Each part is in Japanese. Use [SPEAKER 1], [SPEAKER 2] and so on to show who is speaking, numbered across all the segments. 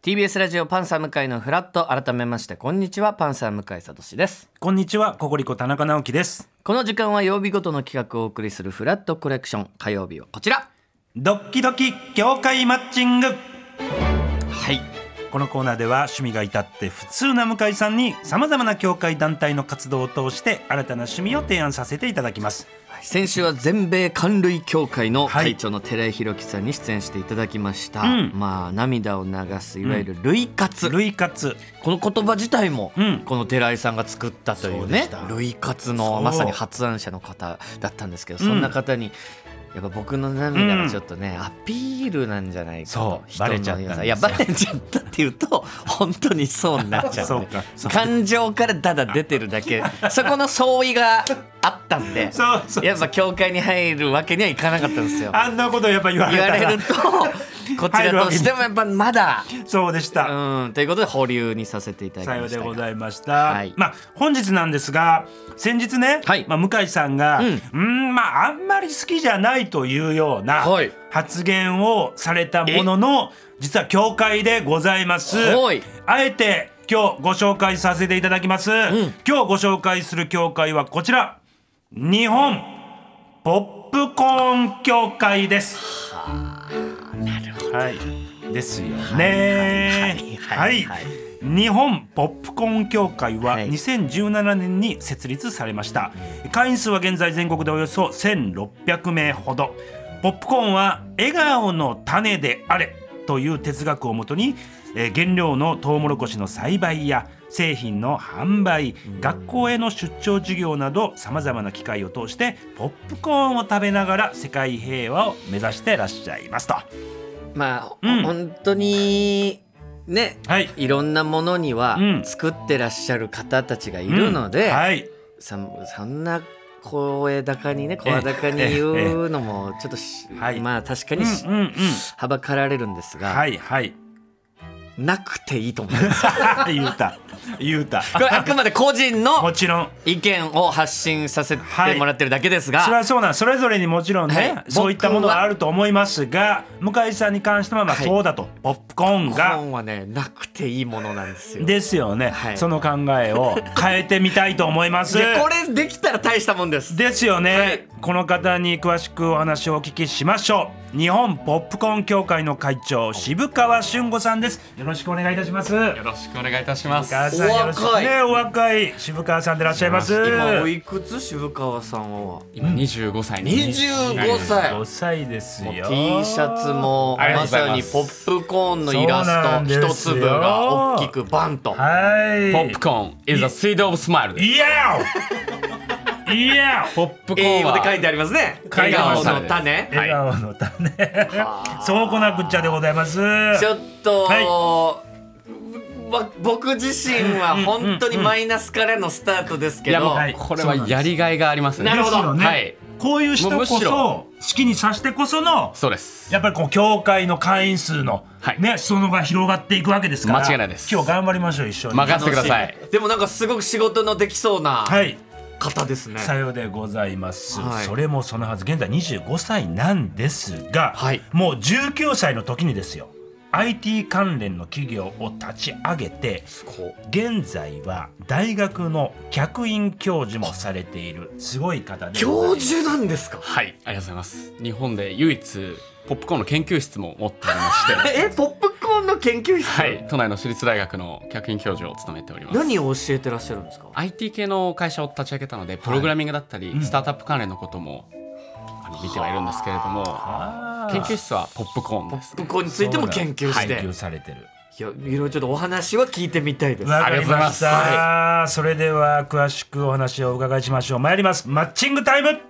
[SPEAKER 1] TBS ラジオパンサー向井のフラット改めましてこんにちはパンサー向井聡です
[SPEAKER 2] こんにちは、ココリコ田中直樹です。
[SPEAKER 1] この時間は曜日ごとの企画をお送りするフラットコレクション火曜日はこちら
[SPEAKER 2] ドッキドキ業界マッチング。
[SPEAKER 1] はい
[SPEAKER 2] このコーナーでは趣味が至って普通な向井さんにさまざまな業界団体の活動を通して新たな趣味を提案させていただきます。
[SPEAKER 1] 先週は全米寒類協会の会長の寺井宏樹さんに出演していただきました、
[SPEAKER 2] うん
[SPEAKER 1] まあ涙を流すいわゆる類活、
[SPEAKER 2] 類活。
[SPEAKER 1] この言葉自体も、
[SPEAKER 2] うん
[SPEAKER 1] この寺井さんが作ったとい
[SPEAKER 2] そううで
[SPEAKER 1] ね
[SPEAKER 2] した
[SPEAKER 1] 類活の
[SPEAKER 2] そう
[SPEAKER 1] まさに発案者の方だったんですけどそんな方に、やっぱ僕の涙がちょっとね、アピールなんじゃないかと
[SPEAKER 2] そうバレちゃったんですよ
[SPEAKER 1] いやバレちゃったっていうと本当にそうになっちゃう,、
[SPEAKER 2] そう
[SPEAKER 1] ね
[SPEAKER 2] か、そう
[SPEAKER 1] 感情からただ出てるだけ そこの相違があったんで
[SPEAKER 2] そうそう
[SPEAKER 1] やっぱ教会に入るわけにはいかなかったんですよ。
[SPEAKER 2] あんなことやっぱ言われ
[SPEAKER 1] 言
[SPEAKER 2] た
[SPEAKER 1] わ
[SPEAKER 2] ら
[SPEAKER 1] れるとこちらとしてもやっぱまだ
[SPEAKER 2] そうでした。
[SPEAKER 1] うんということで保留にさせていただ
[SPEAKER 2] さ
[SPEAKER 1] き
[SPEAKER 2] よう
[SPEAKER 1] まし
[SPEAKER 2] で
[SPEAKER 1] たが
[SPEAKER 2] ございました、
[SPEAKER 1] はい
[SPEAKER 2] まあ本日なんですが先日ね、
[SPEAKER 1] はい
[SPEAKER 2] まあ、向井さんが、
[SPEAKER 1] う
[SPEAKER 2] うんん、んまああんまり好きじゃないというような
[SPEAKER 1] はい
[SPEAKER 2] 発言をされたものの実は教会でございます
[SPEAKER 1] はい
[SPEAKER 2] あえて今日ご紹介させていただきます、今日ご紹介する教会はこちら日本ポップコーン協会です
[SPEAKER 1] なるほど
[SPEAKER 2] はいですよ
[SPEAKER 1] はい
[SPEAKER 2] ね
[SPEAKER 1] はいはいはい
[SPEAKER 2] 日本ポップコーン協会は
[SPEAKER 1] はい
[SPEAKER 2] 2017年に設立されました、会員数は現在全国でおよそ1600名ほどポップコーンは笑顔の種であれという哲学をもとに、えー原料のトウモロコシの栽培や製品の販売学校への出張授業などさまざまな機会を通してポップコーンを食べながら世界平和を目指してらっしゃいますと。
[SPEAKER 1] まあ、
[SPEAKER 2] うん
[SPEAKER 1] 本当にね
[SPEAKER 2] はい、
[SPEAKER 1] いろんなものには
[SPEAKER 2] うん
[SPEAKER 1] 作ってらっしゃる方たちがいるので、
[SPEAKER 2] うんはい
[SPEAKER 1] さそんな声高にね声高に言うのもちょっとし、
[SPEAKER 2] はい
[SPEAKER 1] まあ確か
[SPEAKER 2] うん
[SPEAKER 1] にし、
[SPEAKER 2] うんうん、
[SPEAKER 1] はばかられるんですが、
[SPEAKER 2] はいはい
[SPEAKER 1] なくていいと思います。
[SPEAKER 2] 言うた言うた
[SPEAKER 1] これあくまで個人
[SPEAKER 2] も
[SPEAKER 1] の
[SPEAKER 2] ちろん
[SPEAKER 1] 意見を発信させてもらってるだけですが、
[SPEAKER 2] それはそうなんそれぞれにもちろんね、
[SPEAKER 1] はい
[SPEAKER 2] そういったもの
[SPEAKER 1] 僕は
[SPEAKER 2] があると思いますが向井さんに関してはまあ
[SPEAKER 1] はい
[SPEAKER 2] そうだと、ポップコーンが
[SPEAKER 1] 本はねなくていいものなんですよ。
[SPEAKER 2] ですよね、
[SPEAKER 1] はい
[SPEAKER 2] その考え を変えてみたいと思います
[SPEAKER 1] いやこれできたら大したもんです。
[SPEAKER 2] ですよね、
[SPEAKER 1] はい
[SPEAKER 2] この方に詳しくお話をお聞きしましょう日本ポップコーン協会の会長渋川俊吾さんですよろしくお願いいたします
[SPEAKER 3] よろしくお願いいたします。
[SPEAKER 2] 川さん
[SPEAKER 1] お若い
[SPEAKER 2] よろしくねお若い渋川さんでいらっしゃいます
[SPEAKER 1] 今おいくつ渋川さんは
[SPEAKER 3] 今二十五歳に。
[SPEAKER 1] 25歳
[SPEAKER 2] 5歳です
[SPEAKER 1] もう
[SPEAKER 2] よ
[SPEAKER 1] T シャツも
[SPEAKER 3] ありがと
[SPEAKER 1] ま
[SPEAKER 3] うござい
[SPEAKER 1] さ
[SPEAKER 3] ま
[SPEAKER 1] に
[SPEAKER 3] す
[SPEAKER 1] ポップコーンのイラスト一粒が大きくバンと
[SPEAKER 2] はい
[SPEAKER 3] ポップコーン is a seed of smile です。
[SPEAKER 2] いや おいやお
[SPEAKER 3] ポップコ
[SPEAKER 1] 英
[SPEAKER 3] ーン
[SPEAKER 1] 語
[SPEAKER 3] は
[SPEAKER 1] で書いてありますね
[SPEAKER 2] 書
[SPEAKER 1] 笑
[SPEAKER 2] いてま
[SPEAKER 1] 顔
[SPEAKER 2] す
[SPEAKER 1] の種
[SPEAKER 2] 笑顔の種、 そうこなくっちゃでございます
[SPEAKER 1] ちょっと、
[SPEAKER 2] は
[SPEAKER 1] わ僕自身は本当にマイナスからのスタートですけ
[SPEAKER 3] いやも
[SPEAKER 1] ど、
[SPEAKER 3] う
[SPEAKER 2] はい
[SPEAKER 3] これはやりがいがありますね。
[SPEAKER 1] なるほど
[SPEAKER 2] ですよね
[SPEAKER 3] はい
[SPEAKER 2] こういう人こ
[SPEAKER 3] もうむし
[SPEAKER 2] そ
[SPEAKER 3] ろ
[SPEAKER 2] 好きにさしてこその
[SPEAKER 3] そうです。
[SPEAKER 2] やっぱりこう教会の会員数の、
[SPEAKER 3] はい
[SPEAKER 2] ね裾野が広がっていくわけですから
[SPEAKER 3] 間違いないです
[SPEAKER 2] 今日頑張りましょう一緒に
[SPEAKER 3] 任せてください。
[SPEAKER 1] でもなんかすごく仕事のできそうな
[SPEAKER 2] はい
[SPEAKER 1] 方ですね、
[SPEAKER 2] さようでございます、
[SPEAKER 1] はい
[SPEAKER 2] それもそのはず現在25歳なんですが、
[SPEAKER 1] はい
[SPEAKER 2] もう19歳の時にですよ IT 関連の企業を立ち上げて現在は大学の客員教授もされているすごい方で
[SPEAKER 1] 教
[SPEAKER 2] ございます
[SPEAKER 1] 授なんですか
[SPEAKER 3] はい、ありがとうございます。日本で唯一ポップコーンの研究室も持っておりま して、
[SPEAKER 1] えポップコーンの研究室、
[SPEAKER 3] はい、都内の私立大学の客員教授を務めております。
[SPEAKER 1] 何を教えてらっしゃるんですか
[SPEAKER 3] IT 系の会社を立ち上げたのでプログラミングだったり、スタートアップ関連のこともあの見てはいるんですけれども
[SPEAKER 2] あー
[SPEAKER 3] 研究室はポップコーンです
[SPEAKER 1] ポップコーンについても研究して、
[SPEAKER 2] 研究されてる
[SPEAKER 1] いや、いろいろちょっとお話は聞いてみたいです。
[SPEAKER 2] わ
[SPEAKER 3] あ
[SPEAKER 2] か
[SPEAKER 3] りが
[SPEAKER 2] り
[SPEAKER 3] とうござい
[SPEAKER 2] ま
[SPEAKER 3] ま
[SPEAKER 2] し
[SPEAKER 3] す
[SPEAKER 2] た、それでは詳しくお話をお伺いしましょう参りますマッチングタイム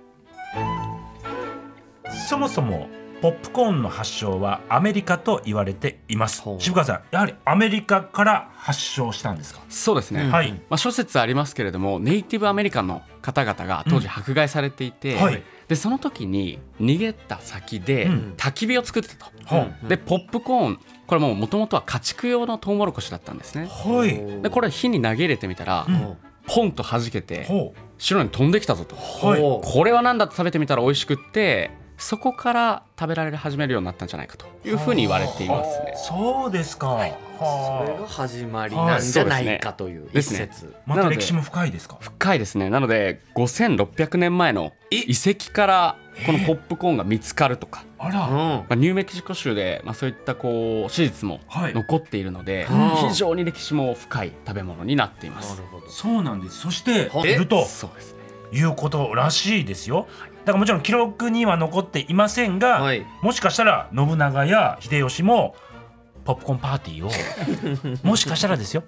[SPEAKER 2] そもそもポップコーンの発祥はアメリカと言われています
[SPEAKER 1] ほう
[SPEAKER 2] 渋川さんやはりアメリカから発祥したんですか、
[SPEAKER 3] そうですね、
[SPEAKER 2] はい
[SPEAKER 3] まあ、諸説ありますけれどもネイティブアメリカンの方々が当時迫害されていて、
[SPEAKER 2] うんはい
[SPEAKER 3] でその時に逃げた先で
[SPEAKER 2] うん
[SPEAKER 3] 焚き火を作ってたと、
[SPEAKER 2] は
[SPEAKER 3] でポップコーンこれももともとは家畜用のトウモロコシだったんですね
[SPEAKER 2] ほい
[SPEAKER 3] でこれ火に投げ入れてみたら、
[SPEAKER 2] うん
[SPEAKER 3] ポンと弾けて
[SPEAKER 2] ほう
[SPEAKER 3] 白に飛んできたぞと
[SPEAKER 2] はい
[SPEAKER 1] ほう
[SPEAKER 3] これは何だって食べてみたら美味しくってそこから食べられ始めるようになったんじゃないかというふうに言われていますね。
[SPEAKER 2] そうですか。は
[SPEAKER 1] それが始まりなんじゃないかという一
[SPEAKER 3] はい
[SPEAKER 1] 説、
[SPEAKER 2] ま
[SPEAKER 3] な
[SPEAKER 2] た
[SPEAKER 3] ので
[SPEAKER 2] 歴史も深いですか。
[SPEAKER 3] 深いですねなので5600年前の遺跡からこのポップコーンが見つかるとか、
[SPEAKER 2] あ
[SPEAKER 1] う
[SPEAKER 2] ら。
[SPEAKER 1] ん
[SPEAKER 3] まあ、ニューメキシコ州で、まあ、そういったこう史実も
[SPEAKER 2] はい
[SPEAKER 3] 残っているので、
[SPEAKER 1] うん
[SPEAKER 3] 非常に歴史も深い食べ物になっています。
[SPEAKER 1] ほど
[SPEAKER 2] そうなんです。そして
[SPEAKER 1] はい
[SPEAKER 2] いると
[SPEAKER 3] そうですね
[SPEAKER 2] いうことらしいですよ。だからもちろん記録には残っていませんが、
[SPEAKER 1] はい
[SPEAKER 2] もしかしたら信長や秀吉もポップコーンパーティーを もしかしたらですよ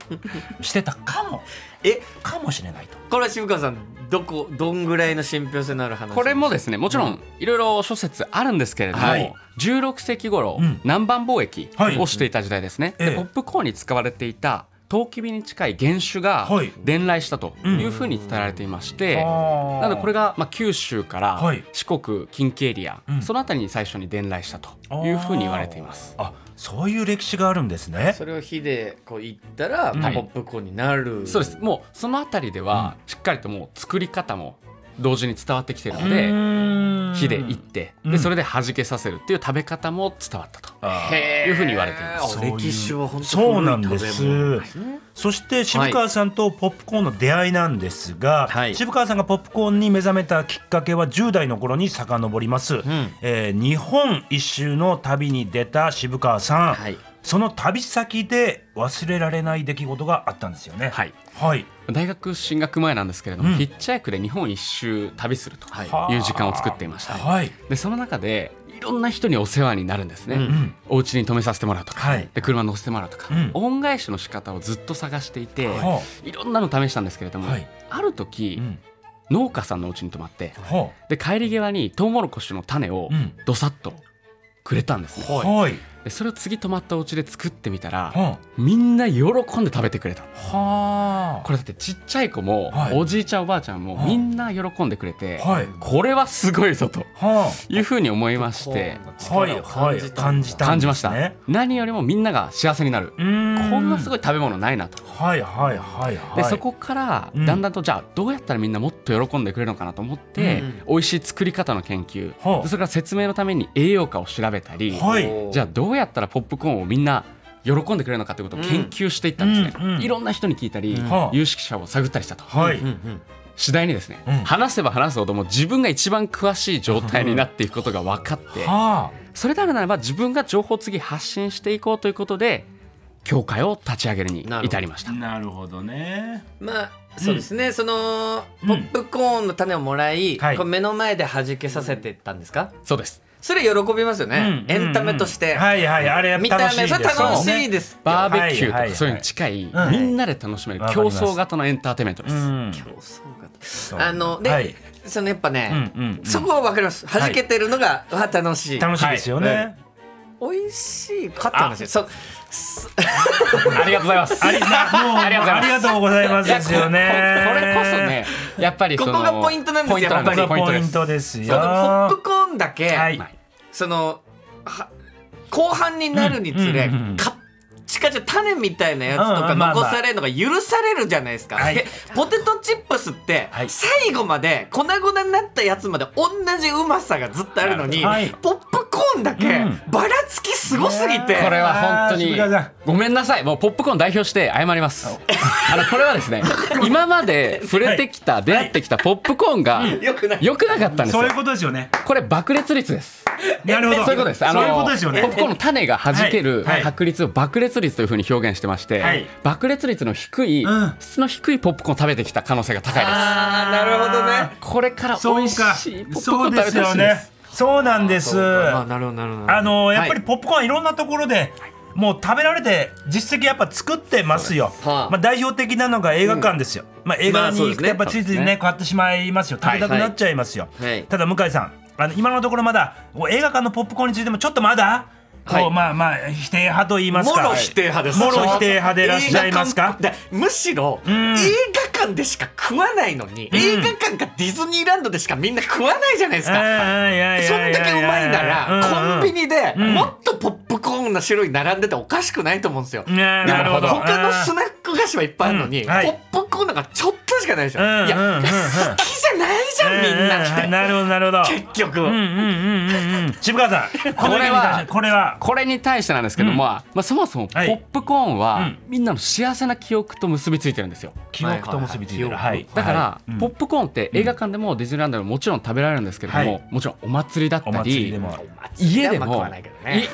[SPEAKER 2] してたかも
[SPEAKER 1] え
[SPEAKER 2] かもしれないと。
[SPEAKER 1] これは渋川さんどこどんぐらいの信憑性のある話
[SPEAKER 3] これもですねもちろんいろいろ諸説あるんですけれども、
[SPEAKER 2] はい
[SPEAKER 3] 16世紀頃、
[SPEAKER 2] うん
[SPEAKER 3] 南蛮貿易
[SPEAKER 2] はい
[SPEAKER 3] をしていた時代ですね、
[SPEAKER 2] ええ
[SPEAKER 3] でポップコーンに使われていたトウキビに近い原種が
[SPEAKER 2] はい
[SPEAKER 3] 伝来したというふうに伝えられていまして、な
[SPEAKER 2] な
[SPEAKER 3] のでこれがまあ九州から
[SPEAKER 2] はい
[SPEAKER 3] 四国近畿エリア、
[SPEAKER 2] うん
[SPEAKER 3] そのあたりに最初に伝来したというふうに言われています。
[SPEAKER 2] あそういう歴史があるんですね。
[SPEAKER 1] それを火でこういったら、
[SPEAKER 2] うん
[SPEAKER 1] まあポップコーンになる
[SPEAKER 3] そうですもうそのあたりではしっかりともう作り方も同時に伝わってきているので、火でいって
[SPEAKER 2] うん
[SPEAKER 3] でそれで弾けさせるっていう食べ方も伝わったと。
[SPEAKER 1] へ
[SPEAKER 2] へ
[SPEAKER 1] ー
[SPEAKER 3] いうふうに言われています
[SPEAKER 2] そういう
[SPEAKER 1] 歴史は本当
[SPEAKER 2] そうなんです
[SPEAKER 1] 古い食べ物なんね
[SPEAKER 2] そして渋川さんとポップコーンの出会いなんですが、
[SPEAKER 1] はい
[SPEAKER 2] 渋川さんがポップコーンに目覚めたきっかけは10代の頃に遡ります、
[SPEAKER 1] ん
[SPEAKER 2] えー日本一周の旅に出た渋川さん、
[SPEAKER 1] はい
[SPEAKER 2] その旅先で忘れられない出来事があったんですよね
[SPEAKER 3] はい
[SPEAKER 2] はい
[SPEAKER 3] 大学進学前なんですけれども、
[SPEAKER 2] うん
[SPEAKER 3] ヒッチハイクで日本一周旅すると
[SPEAKER 1] はい
[SPEAKER 3] いう時間を作っていました、
[SPEAKER 2] はい、
[SPEAKER 3] でその中でいろんな人にお世話になるんですね、
[SPEAKER 1] う
[SPEAKER 2] うんん、
[SPEAKER 3] お家に泊めさせてもらうとか、
[SPEAKER 2] はい
[SPEAKER 3] で車乗せてもらうとか、
[SPEAKER 2] うん
[SPEAKER 3] 恩返しの仕方をずっと探していて、、
[SPEAKER 2] はい
[SPEAKER 3] ろんなの試したんですけれども、
[SPEAKER 2] はい
[SPEAKER 3] ある
[SPEAKER 2] い
[SPEAKER 3] 時、
[SPEAKER 2] うん
[SPEAKER 3] 農家さんのお家に泊まって
[SPEAKER 2] は
[SPEAKER 3] で帰り際にトウモロコシの種を
[SPEAKER 2] うん
[SPEAKER 3] どさっとくれたんですね、
[SPEAKER 2] あはい
[SPEAKER 3] でそれを次泊まったお家で作ってみたら、
[SPEAKER 2] は
[SPEAKER 3] みんな喜んで食べてくれた
[SPEAKER 2] あは
[SPEAKER 3] これだってちっちゃい子も、
[SPEAKER 2] はい
[SPEAKER 3] おじいちゃんおばあちゃんも
[SPEAKER 2] はい
[SPEAKER 3] みんな喜んでくれて、
[SPEAKER 2] あはい
[SPEAKER 3] これはすごいぞと
[SPEAKER 2] は
[SPEAKER 3] いうふうに思いまして
[SPEAKER 2] あはいはい感じた
[SPEAKER 3] 感じました、
[SPEAKER 2] そうなんですね
[SPEAKER 3] 何よりもみんなが幸せになる、
[SPEAKER 2] うー
[SPEAKER 3] こんなすごい食べ物ないなと。
[SPEAKER 2] はいはいはいはい
[SPEAKER 3] でそこから
[SPEAKER 2] うん
[SPEAKER 3] だんだんとじゃあどうやったらみんなもっと喜んでくれるのかなと思って、
[SPEAKER 1] うん
[SPEAKER 3] 美味しい作り方の研究、
[SPEAKER 2] はあ
[SPEAKER 3] でそれから説明のために栄養価を調べたり、
[SPEAKER 2] はい
[SPEAKER 3] じゃあどうやったらポップコーンをみんな喜んでくれるのかということを研究していったんですね、
[SPEAKER 2] うんうんうん
[SPEAKER 3] いろんな人に聞いたり、
[SPEAKER 2] はあ
[SPEAKER 3] 有識者を探ったりしたと、
[SPEAKER 2] はい、
[SPEAKER 1] うんうん
[SPEAKER 3] 次第にですね、
[SPEAKER 2] うん
[SPEAKER 3] 話せば話すほどもう自分が一番詳しい状態になっていくことが分かって、
[SPEAKER 2] はあ
[SPEAKER 3] それであるならば自分が情報を次発信していこうということで協会を立ち上げるに至りました。
[SPEAKER 2] なるほどね。
[SPEAKER 1] まあそうですね、その
[SPEAKER 2] うん
[SPEAKER 1] ポップコーンの種をもらい、
[SPEAKER 2] はい
[SPEAKER 1] こう目の前で弾けさせてったんですか
[SPEAKER 3] そうです
[SPEAKER 1] それ喜びますよね、エンタメとして、
[SPEAKER 2] はいはい、あれ
[SPEAKER 1] 見た
[SPEAKER 2] 楽しい
[SPEAKER 1] 目
[SPEAKER 2] です
[SPEAKER 1] そ
[SPEAKER 2] よ
[SPEAKER 1] れ楽し
[SPEAKER 2] ね
[SPEAKER 1] いですよ
[SPEAKER 3] バーベキ
[SPEAKER 2] は
[SPEAKER 3] ュ
[SPEAKER 2] いはい
[SPEAKER 3] ーと
[SPEAKER 2] はい
[SPEAKER 3] かそういうのに近い、
[SPEAKER 2] うん
[SPEAKER 3] みんなで楽しめる
[SPEAKER 2] わかり
[SPEAKER 3] 競
[SPEAKER 2] ます
[SPEAKER 3] 争型のエンターテインメントで
[SPEAKER 2] う
[SPEAKER 3] す。
[SPEAKER 2] ん。
[SPEAKER 1] 競争
[SPEAKER 2] そう
[SPEAKER 1] があので、
[SPEAKER 2] はい
[SPEAKER 1] そのやっぱね、
[SPEAKER 2] うんうんうん
[SPEAKER 1] そこは分かります弾けてるのが、わ楽しい
[SPEAKER 2] 楽しいですよね。
[SPEAKER 1] 美味しいかって話そそ
[SPEAKER 3] ありがとうござい ます。
[SPEAKER 2] ありなありがとうございます
[SPEAKER 3] いや
[SPEAKER 2] ですよね。
[SPEAKER 3] ここれこそね、やっぱりその
[SPEAKER 1] ここがポイントなんですよ
[SPEAKER 3] ポイ
[SPEAKER 2] ここ
[SPEAKER 3] なんで
[SPEAKER 2] が
[SPEAKER 3] す
[SPEAKER 2] ポイ
[SPEAKER 3] で
[SPEAKER 2] ン
[SPEAKER 3] す
[SPEAKER 2] トです
[SPEAKER 1] そ
[SPEAKER 2] よ。
[SPEAKER 1] のポップ
[SPEAKER 2] は
[SPEAKER 1] コーンだけ、
[SPEAKER 2] い
[SPEAKER 3] はい。
[SPEAKER 1] そのは後半になるにつれ、
[SPEAKER 2] うんうんうん
[SPEAKER 1] かしかし種みたいなやつと
[SPEAKER 2] うんう
[SPEAKER 1] か
[SPEAKER 2] んまあまあ
[SPEAKER 1] 残されるのが許されるじゃないですか、
[SPEAKER 2] はい
[SPEAKER 1] でポテトチップスって
[SPEAKER 2] はい
[SPEAKER 1] 最後まで粉々になったやつまで同じうまさがずっとあるのに、
[SPEAKER 2] はい
[SPEAKER 1] ポップコーンだけ
[SPEAKER 2] うん
[SPEAKER 1] ばらつきすごすぎて、
[SPEAKER 3] これは本当
[SPEAKER 2] あー
[SPEAKER 3] に
[SPEAKER 2] 渋谷さん
[SPEAKER 3] ごめんなさいもうポップコーン代表して謝りますあのこれはですね今まで触れてきた出会ってきたポップコーンが
[SPEAKER 1] よくない
[SPEAKER 3] 良くなかったんです
[SPEAKER 2] そう
[SPEAKER 3] よ
[SPEAKER 2] いうことですよね。
[SPEAKER 3] これ爆裂率です
[SPEAKER 2] なるほど。
[SPEAKER 3] そういうことですあの
[SPEAKER 2] そういうことですよ
[SPEAKER 3] ポップコー
[SPEAKER 2] ね。
[SPEAKER 3] ンの種が弾ける
[SPEAKER 2] はいはい
[SPEAKER 3] 確率を爆裂率というふうに表現してまして、
[SPEAKER 2] はい
[SPEAKER 3] 爆裂率の低い、
[SPEAKER 2] うん
[SPEAKER 3] 質の低いポップコーンを食べてきた可能性が高いです
[SPEAKER 1] あーなるほどね
[SPEAKER 3] これから
[SPEAKER 2] そ
[SPEAKER 3] 美
[SPEAKER 2] う
[SPEAKER 3] 味
[SPEAKER 2] か。
[SPEAKER 3] しいポップコ
[SPEAKER 2] そ
[SPEAKER 3] ー
[SPEAKER 2] う
[SPEAKER 3] ン食
[SPEAKER 2] で
[SPEAKER 3] べ
[SPEAKER 2] す
[SPEAKER 3] てほし
[SPEAKER 2] よ
[SPEAKER 3] いです
[SPEAKER 2] ね。そうなんです。
[SPEAKER 1] あなるほどなるほど
[SPEAKER 2] あのやっぱ
[SPEAKER 1] は
[SPEAKER 2] り
[SPEAKER 1] い
[SPEAKER 2] ポップコーンいろんなところで、もう食べられて実績やっぱ作ってますよ。
[SPEAKER 1] すはあ
[SPEAKER 2] まあ代表的なのが映画館ですよ。まあ映
[SPEAKER 1] ま
[SPEAKER 2] 画
[SPEAKER 1] あ
[SPEAKER 2] に
[SPEAKER 1] そうで
[SPEAKER 2] 行
[SPEAKER 1] す
[SPEAKER 2] くと
[SPEAKER 1] ね
[SPEAKER 2] やっぱついつい
[SPEAKER 3] そうです
[SPEAKER 2] ね
[SPEAKER 3] ね
[SPEAKER 2] 変わってしまいますよ。食べたくなっちゃいますよ。
[SPEAKER 1] はい
[SPEAKER 2] ただ向井さん、あの今のところまだこう映画館のポップコーンについてもちょっとまだ。こ
[SPEAKER 1] は
[SPEAKER 2] う
[SPEAKER 1] い
[SPEAKER 2] まあまあ否定派と言います
[SPEAKER 1] も
[SPEAKER 2] か
[SPEAKER 1] ろ否定派です
[SPEAKER 2] もろ否定派でいらっしゃいますか
[SPEAKER 1] 映画館でむしろ映
[SPEAKER 2] ん
[SPEAKER 1] 画館でしか食わないのに、映画館がディズニーランドでしかみんな食わないじゃないです
[SPEAKER 2] うん
[SPEAKER 1] か、
[SPEAKER 2] いやい
[SPEAKER 1] そ
[SPEAKER 2] や
[SPEAKER 1] ん
[SPEAKER 2] いやいや
[SPEAKER 1] だけうまいなら、コンビニで
[SPEAKER 2] うん
[SPEAKER 1] もっとポップコーンの種類並んでておかしくないと思うんですよ。
[SPEAKER 2] ねえなるほど
[SPEAKER 1] 他のスナック菓子はいっぱいあるのに、
[SPEAKER 2] うんはい
[SPEAKER 1] ポップコーンなんかちょっとしかないでしょ、
[SPEAKER 2] うんうんうんうん
[SPEAKER 1] いや、好きじゃないじゃん、みんなって、
[SPEAKER 2] うなるほどなるほど
[SPEAKER 1] 結局、
[SPEAKER 2] うんうんうんうん うん渋川さんこの意味に関してこれは
[SPEAKER 3] これに対してなんですけども、まあまあ、そもそもポ
[SPEAKER 2] はい
[SPEAKER 3] ップコーンは、
[SPEAKER 2] うん
[SPEAKER 3] みんなの幸せな記憶と結びついてるんですよ
[SPEAKER 2] 記憶と結びついてる
[SPEAKER 1] はい
[SPEAKER 2] は
[SPEAKER 1] はい
[SPEAKER 2] い
[SPEAKER 3] だから、
[SPEAKER 2] はいうん
[SPEAKER 3] ポップコーンって映画館でもディズニーランドでももちろん食べられるんですけれども、
[SPEAKER 2] はい
[SPEAKER 3] もちろんお祭りだっ
[SPEAKER 2] お
[SPEAKER 3] た
[SPEAKER 2] 祭り
[SPEAKER 3] り
[SPEAKER 2] でも
[SPEAKER 3] 家で
[SPEAKER 1] あんま食
[SPEAKER 3] も
[SPEAKER 1] わないけどね
[SPEAKER 3] い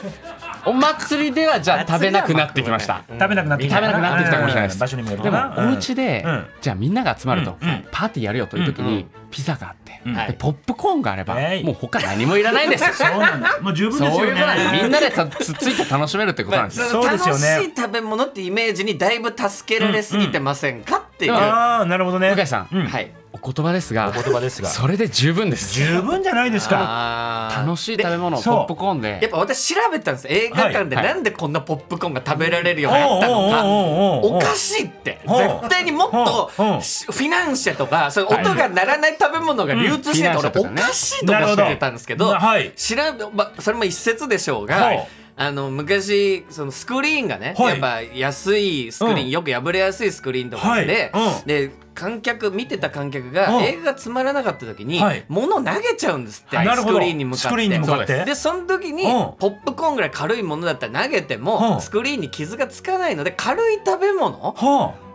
[SPEAKER 3] お祭りではじゃあ食べなくなってきました
[SPEAKER 2] 食べなくなってきた
[SPEAKER 3] 食べなくなってきたかもしれないです
[SPEAKER 2] うん場所にもよる
[SPEAKER 3] で
[SPEAKER 2] か
[SPEAKER 3] も
[SPEAKER 2] な
[SPEAKER 3] お家で、
[SPEAKER 2] うん
[SPEAKER 3] じゃあみんなが集まると、
[SPEAKER 2] うんうん
[SPEAKER 3] パーティーやるよという時
[SPEAKER 1] うんう
[SPEAKER 3] に
[SPEAKER 1] ん
[SPEAKER 3] ピザがあって、
[SPEAKER 2] うん
[SPEAKER 1] はい
[SPEAKER 3] でポップコーンがあれば、
[SPEAKER 2] はい
[SPEAKER 3] もう他何もいらないんです よ
[SPEAKER 2] そうなんだもう十分です
[SPEAKER 3] そうい
[SPEAKER 2] よ
[SPEAKER 3] うことなんですみん
[SPEAKER 2] ね
[SPEAKER 3] なでたつっついて楽しめるってことなんですよ
[SPEAKER 2] そうですよね
[SPEAKER 1] 楽しい食べ物ってイメージにだいぶ助けられすぎてませんかっていう、
[SPEAKER 3] うんうん
[SPEAKER 1] は
[SPEAKER 2] ああなるほどね
[SPEAKER 3] 向井さん
[SPEAKER 2] う
[SPEAKER 1] い
[SPEAKER 3] お言葉ですが
[SPEAKER 2] お言葉ですが
[SPEAKER 3] それで十分です
[SPEAKER 2] 十分じゃないですか
[SPEAKER 1] あー
[SPEAKER 3] 楽しい食べ物
[SPEAKER 2] で
[SPEAKER 3] ポップコーンで
[SPEAKER 1] やっぱ私調べたんです映画館で
[SPEAKER 3] はい
[SPEAKER 1] なんでこんなポップコーンが食べられるよ
[SPEAKER 2] お
[SPEAKER 1] う
[SPEAKER 2] う
[SPEAKER 1] になったの
[SPEAKER 2] お
[SPEAKER 1] か、
[SPEAKER 2] うおうおうお
[SPEAKER 1] お
[SPEAKER 2] う
[SPEAKER 1] かしいって
[SPEAKER 2] おう
[SPEAKER 1] 絶対にもっとフ
[SPEAKER 2] おうおう
[SPEAKER 1] ィナンシェとかそういう音が鳴らない食べ物が流通して
[SPEAKER 3] うん
[SPEAKER 1] た俺
[SPEAKER 3] フィナンシェ
[SPEAKER 1] お
[SPEAKER 3] とかね
[SPEAKER 1] かしいと思ってたんですけど
[SPEAKER 2] なるほどはい
[SPEAKER 1] 調べまあそれも一説でしょう
[SPEAKER 2] は
[SPEAKER 1] が
[SPEAKER 2] い
[SPEAKER 1] あの昔そのスクリーンがね
[SPEAKER 2] は
[SPEAKER 1] や
[SPEAKER 2] い
[SPEAKER 1] っぱ安いスクリー
[SPEAKER 2] う
[SPEAKER 1] ン
[SPEAKER 2] ん
[SPEAKER 1] よく破れやすいスクリーンとかで
[SPEAKER 2] はいうん
[SPEAKER 1] で観客見てた観客が
[SPEAKER 2] うん
[SPEAKER 1] 映画つまらなかった時に
[SPEAKER 2] はい
[SPEAKER 1] 物投げちゃうんですって
[SPEAKER 2] なる
[SPEAKER 1] ス
[SPEAKER 2] ほど
[SPEAKER 1] クリーンに向か
[SPEAKER 2] スクリーンに向か
[SPEAKER 1] っ
[SPEAKER 2] ってて
[SPEAKER 1] でその時に
[SPEAKER 2] うん
[SPEAKER 1] ポップコーンぐらい軽いものだったら投げて
[SPEAKER 2] う
[SPEAKER 1] も
[SPEAKER 2] ん
[SPEAKER 1] スクリーンに傷がつかないので軽い食べ物
[SPEAKER 2] は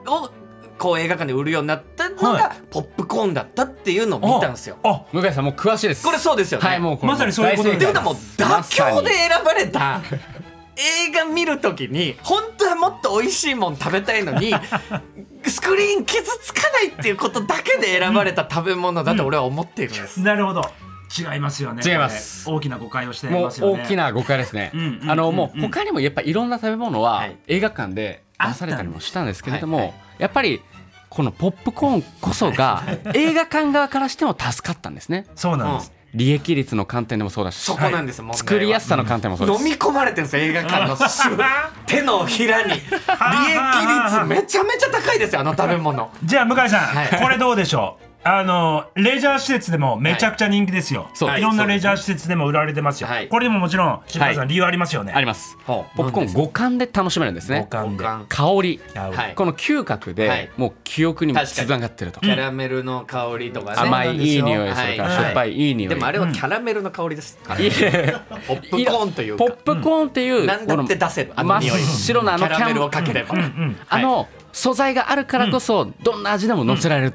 [SPEAKER 1] をこう映画館で売るようになったの
[SPEAKER 2] は
[SPEAKER 1] がポップコーンだったっていうのを見たんですよ。
[SPEAKER 2] ああ
[SPEAKER 3] 向井さんもう詳しいです
[SPEAKER 1] これそうですよね。
[SPEAKER 3] はいもうこれ
[SPEAKER 2] まさにそういうこと
[SPEAKER 3] 大
[SPEAKER 1] っ
[SPEAKER 3] 正
[SPEAKER 1] てこ
[SPEAKER 2] で
[SPEAKER 3] 解
[SPEAKER 1] とはもう妥協で選ばれた映画見るときに本当はもっと美味しいもん食べたいのにスクリーン傷つかないっていうことだけで選ばれた食べ物だと俺は思っているんです。
[SPEAKER 2] なるほど違いますよね
[SPEAKER 3] 違います
[SPEAKER 2] これ大きな誤解をして
[SPEAKER 3] も
[SPEAKER 2] ま
[SPEAKER 3] う
[SPEAKER 2] すよね
[SPEAKER 3] 大きな誤解ですね
[SPEAKER 2] うんうんうんう。ん
[SPEAKER 3] あのもう他にもやっぱいろんな食べ物
[SPEAKER 1] は
[SPEAKER 3] はい映画館で出されたりもしたんですけれど
[SPEAKER 1] はい
[SPEAKER 3] も、やっぱりこのポップコーンこそが映画館側からしても助かったんですね。
[SPEAKER 2] そうなんです
[SPEAKER 3] 利益率の観点でもそうだし
[SPEAKER 1] そ、こなんですよ、問題は
[SPEAKER 3] 作りやすさの観点もそうで
[SPEAKER 1] 飲
[SPEAKER 3] す。
[SPEAKER 1] み込まれてるんですよ映画館のすぐ手のひらに利益率めちゃめちゃ高いですよあの食べ物
[SPEAKER 2] じゃあ向井さん、
[SPEAKER 1] はい
[SPEAKER 2] これどうでしょうあのレジャー施設でもめちゃくちゃ人気ですよ、
[SPEAKER 3] そう
[SPEAKER 2] い、ろんなレジャー施設でも売られてますよ、
[SPEAKER 1] はい
[SPEAKER 2] これでももちろん渋川さん、
[SPEAKER 3] はい
[SPEAKER 2] 理由ありますよね
[SPEAKER 3] あります。
[SPEAKER 1] ポ
[SPEAKER 3] ポップコーン五感で楽しめるんですね。
[SPEAKER 2] 五感で
[SPEAKER 1] 感
[SPEAKER 3] 香り、
[SPEAKER 1] はい
[SPEAKER 3] この嗅覚
[SPEAKER 1] は
[SPEAKER 3] で
[SPEAKER 1] い
[SPEAKER 3] もう記憶にも
[SPEAKER 1] 確か
[SPEAKER 3] つ
[SPEAKER 1] に
[SPEAKER 3] ながってると
[SPEAKER 1] キ。ャラメルの香りとかね
[SPEAKER 3] 甘いいい匂い
[SPEAKER 1] は
[SPEAKER 3] それから
[SPEAKER 1] は
[SPEAKER 3] しょっぱいいい匂い。
[SPEAKER 1] でもあれはキャラメルの香りです
[SPEAKER 3] いえ
[SPEAKER 1] ポップコーンというか
[SPEAKER 3] ポップコーンっていう
[SPEAKER 1] なんだって出せるあ
[SPEAKER 3] 真
[SPEAKER 1] の
[SPEAKER 3] っ
[SPEAKER 1] 匂い
[SPEAKER 3] 白なあ
[SPEAKER 1] キ
[SPEAKER 3] の
[SPEAKER 1] ャ
[SPEAKER 3] キ
[SPEAKER 1] ラメル
[SPEAKER 3] ャ
[SPEAKER 1] を
[SPEAKER 3] ン
[SPEAKER 1] かければ
[SPEAKER 2] うん
[SPEAKER 3] あの素材があるからこそどんな味でも乗せられる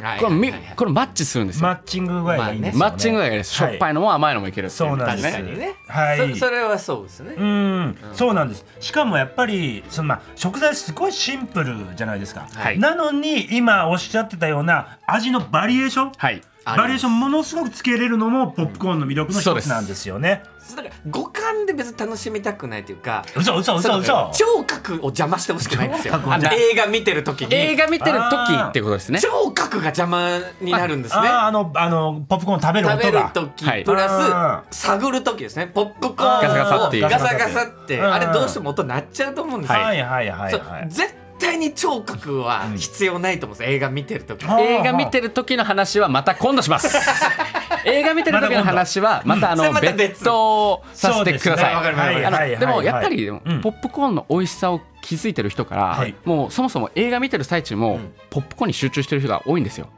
[SPEAKER 1] はい
[SPEAKER 3] これみ
[SPEAKER 1] はいはい
[SPEAKER 3] これマッチするんです
[SPEAKER 2] マ
[SPEAKER 3] よ
[SPEAKER 2] ッチング具合がいいんですよね、
[SPEAKER 3] マッチングがいいですしょっぱい
[SPEAKER 2] い
[SPEAKER 3] のも甘いのもいけるってい
[SPEAKER 2] そうなん
[SPEAKER 1] 確
[SPEAKER 2] です
[SPEAKER 1] かにね
[SPEAKER 2] はい
[SPEAKER 1] そそれはそうですね
[SPEAKER 2] うん、そうなんですしかもやっぱりその、まあ、食材すごいシンプルじゃないですか、
[SPEAKER 1] はい
[SPEAKER 2] なのに今おっしゃってたような味のバリエーション、
[SPEAKER 3] はい
[SPEAKER 1] あります
[SPEAKER 2] バリエーションものすごくつけれるのもポップコーンの魅力の一つなんですよね。
[SPEAKER 1] だから五感で別に楽しみたくないというか
[SPEAKER 2] 嘘嘘
[SPEAKER 1] そ
[SPEAKER 2] 嘘
[SPEAKER 1] の
[SPEAKER 2] 嘘。
[SPEAKER 1] 聴覚を邪魔してほしくないんですよ
[SPEAKER 2] 聴覚
[SPEAKER 3] を邪魔
[SPEAKER 1] 映画見てる時に
[SPEAKER 3] 映画見てる時ってことですね
[SPEAKER 1] 聴覚が邪魔になるんですね
[SPEAKER 2] あーあのあのポップコーン食べる
[SPEAKER 1] 食べ
[SPEAKER 2] 音
[SPEAKER 1] る
[SPEAKER 2] が。
[SPEAKER 1] 時
[SPEAKER 3] はい
[SPEAKER 1] プ
[SPEAKER 2] あ
[SPEAKER 1] ラス探る時ですねポップコーンをガ
[SPEAKER 3] ガサガサっていう
[SPEAKER 1] サガサって
[SPEAKER 2] うん
[SPEAKER 1] あれどうしても音鳴っちゃうと思うんですよ
[SPEAKER 2] はいはいはい
[SPEAKER 1] そう
[SPEAKER 2] はい。
[SPEAKER 1] 絶対に聴覚は必要ないと思うんです映画見てる時
[SPEAKER 2] あー
[SPEAKER 3] 映画見てる時の話はまた今度します映画見てる時の話はまたあ
[SPEAKER 1] それ
[SPEAKER 3] の
[SPEAKER 1] また別
[SPEAKER 3] 別途させてください
[SPEAKER 1] そうですねわかりました
[SPEAKER 3] あの
[SPEAKER 2] はいはいはい
[SPEAKER 3] でもやっぱりでも
[SPEAKER 2] うん
[SPEAKER 3] ポップコーンの美味しさを気づいてる人から、
[SPEAKER 2] はい
[SPEAKER 3] もうそもそも映画見てる最中も
[SPEAKER 1] ん
[SPEAKER 3] ポップコーンに集中してる人が多いんですよ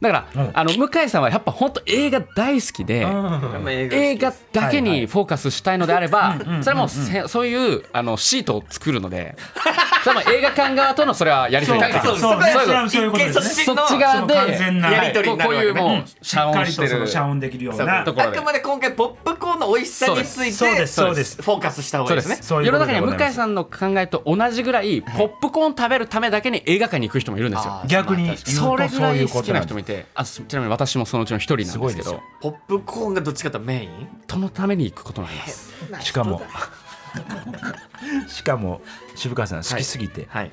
[SPEAKER 3] だから、
[SPEAKER 2] うん
[SPEAKER 3] あの向井さんはやっぱ本当映画大好きで、
[SPEAKER 2] うん
[SPEAKER 1] まあ映
[SPEAKER 3] 映画だけ
[SPEAKER 2] はいは
[SPEAKER 3] に
[SPEAKER 2] い
[SPEAKER 3] フォーカスしたいのであれば、
[SPEAKER 2] うん
[SPEAKER 3] それはもうせそういうあのシートを作るので それはもう映画館側とのそれはやり取り
[SPEAKER 2] そ
[SPEAKER 1] そ
[SPEAKER 2] う
[SPEAKER 1] う
[SPEAKER 2] そう
[SPEAKER 1] そこは
[SPEAKER 2] そうそういうことですね
[SPEAKER 1] 一見
[SPEAKER 3] そっち
[SPEAKER 1] の
[SPEAKER 2] そ
[SPEAKER 3] 側で
[SPEAKER 2] の完全な
[SPEAKER 1] やり取りになるわけね
[SPEAKER 3] こういうもう遮音
[SPEAKER 2] しっ
[SPEAKER 3] し
[SPEAKER 2] かりとそ
[SPEAKER 3] て
[SPEAKER 2] の
[SPEAKER 3] る
[SPEAKER 2] 遮音できるよう
[SPEAKER 1] そう
[SPEAKER 2] な
[SPEAKER 3] ところ
[SPEAKER 1] あ
[SPEAKER 3] で
[SPEAKER 1] くまで今回ポップコーンの美味しさについて
[SPEAKER 2] そうですそうです
[SPEAKER 1] フォーカスした方がいいですね
[SPEAKER 3] そう
[SPEAKER 2] そういう
[SPEAKER 3] 世
[SPEAKER 2] こ
[SPEAKER 3] の
[SPEAKER 2] とで
[SPEAKER 3] 中に
[SPEAKER 2] ござい
[SPEAKER 3] は
[SPEAKER 2] ます
[SPEAKER 3] 向井さんの考えと同じぐらい、ポップコーン食べるためだけに映画館に行く人もいるんですよ
[SPEAKER 1] あー
[SPEAKER 2] 逆に言うと
[SPEAKER 3] それぐら
[SPEAKER 2] そう
[SPEAKER 3] いういう
[SPEAKER 2] こ
[SPEAKER 3] 好
[SPEAKER 2] と
[SPEAKER 3] き
[SPEAKER 2] な
[SPEAKER 3] なん
[SPEAKER 2] です
[SPEAKER 3] 人もいてあちなみに私もそのうちの一人なんで
[SPEAKER 2] す
[SPEAKER 3] すけ
[SPEAKER 2] ごい
[SPEAKER 3] ど
[SPEAKER 2] で
[SPEAKER 1] ポップコーンがどっちかというとメイン
[SPEAKER 3] そのために行くことになります
[SPEAKER 2] し かもしかも渋川さん好きすぎて、
[SPEAKER 1] はい